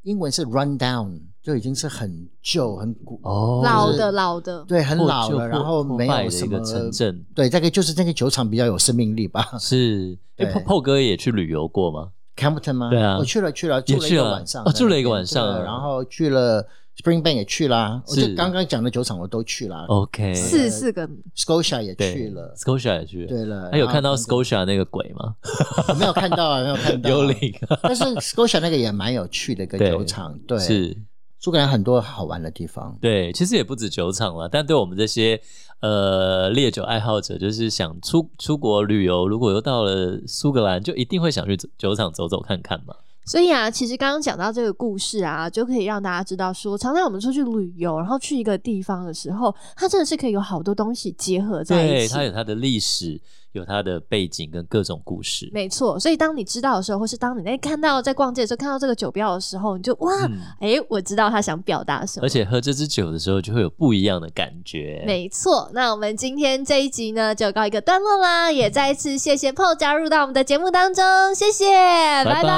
Speaker 3: 英文是 run down，就已经是很旧、很古
Speaker 1: 不对，哦，
Speaker 2: 老的老的，
Speaker 3: 对，很
Speaker 1: 破
Speaker 3: 老
Speaker 1: 旧
Speaker 3: 了，然
Speaker 1: 破
Speaker 3: 后
Speaker 1: 破
Speaker 3: 没
Speaker 1: 败
Speaker 3: 有
Speaker 1: 的
Speaker 3: 什
Speaker 1: 一
Speaker 3: 么
Speaker 1: 个城镇。
Speaker 3: 对，大概就是那个酒厂比较有生命力吧。 [laughs]
Speaker 1: 是，哎、
Speaker 3: 对
Speaker 1: 欸，炮哥也去旅游过吗？
Speaker 3: Campton 吗？
Speaker 1: 对啊
Speaker 3: 我去了去了，住了一
Speaker 1: 去
Speaker 3: 个
Speaker 1: 了
Speaker 3: 晚上
Speaker 1: 哦
Speaker 3: 在那边，
Speaker 1: 住了一个晚上
Speaker 3: 对
Speaker 1: 啊
Speaker 3: 然后去了 Springbank 也去啦，我
Speaker 1: 是
Speaker 3: 就刚刚讲的酒厂我都去啦
Speaker 1: OK，
Speaker 2: 四四个，
Speaker 3: ，Scotia 也
Speaker 1: 对
Speaker 3: 去了，
Speaker 1: ，Scotia 也去了。
Speaker 3: 对了，
Speaker 1: 还有
Speaker 3: 然后
Speaker 1: 看到
Speaker 3: 那个
Speaker 1: Scotia 那个鬼吗？
Speaker 3: [laughs] 没有看到啊，没有看到啊
Speaker 1: 幽灵
Speaker 3: 但是 Scotia 那个也蛮有趣的一个
Speaker 1: 对
Speaker 3: 酒厂，对，
Speaker 1: 是，
Speaker 3: 苏格兰很多好玩的地方，
Speaker 1: 对，其实也不止酒厂了，但对我们这些呃烈酒爱好者，就是想出出国旅游，如果又到了苏格兰，就一定会想去酒酒厂走走看看嘛。
Speaker 2: 所以啊，其实刚刚讲到这个故事啊，就可以让大家知道说，常常我们出去旅游，然后去一个地方的时候，它真的是可以有好多东西结合在一
Speaker 1: 对，
Speaker 2: 起
Speaker 1: 它。有它的历史，有它的背景跟各种故事。
Speaker 2: 没错，所以当你知道的时候，或是当你在看到在逛街的时候看到这个酒标的时候，你就哇，
Speaker 1: 嗯
Speaker 2: 诶，哎我知道他想表达什么。
Speaker 1: 而且喝这支酒的时候，就会有不一样的感觉。
Speaker 2: 没错，那我们今天这一集呢就告一个段落啦，也再一次谢谢 PO 加入到我们的节目当中，谢谢，
Speaker 1: 拜
Speaker 2: 拜
Speaker 1: 拜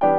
Speaker 2: 拜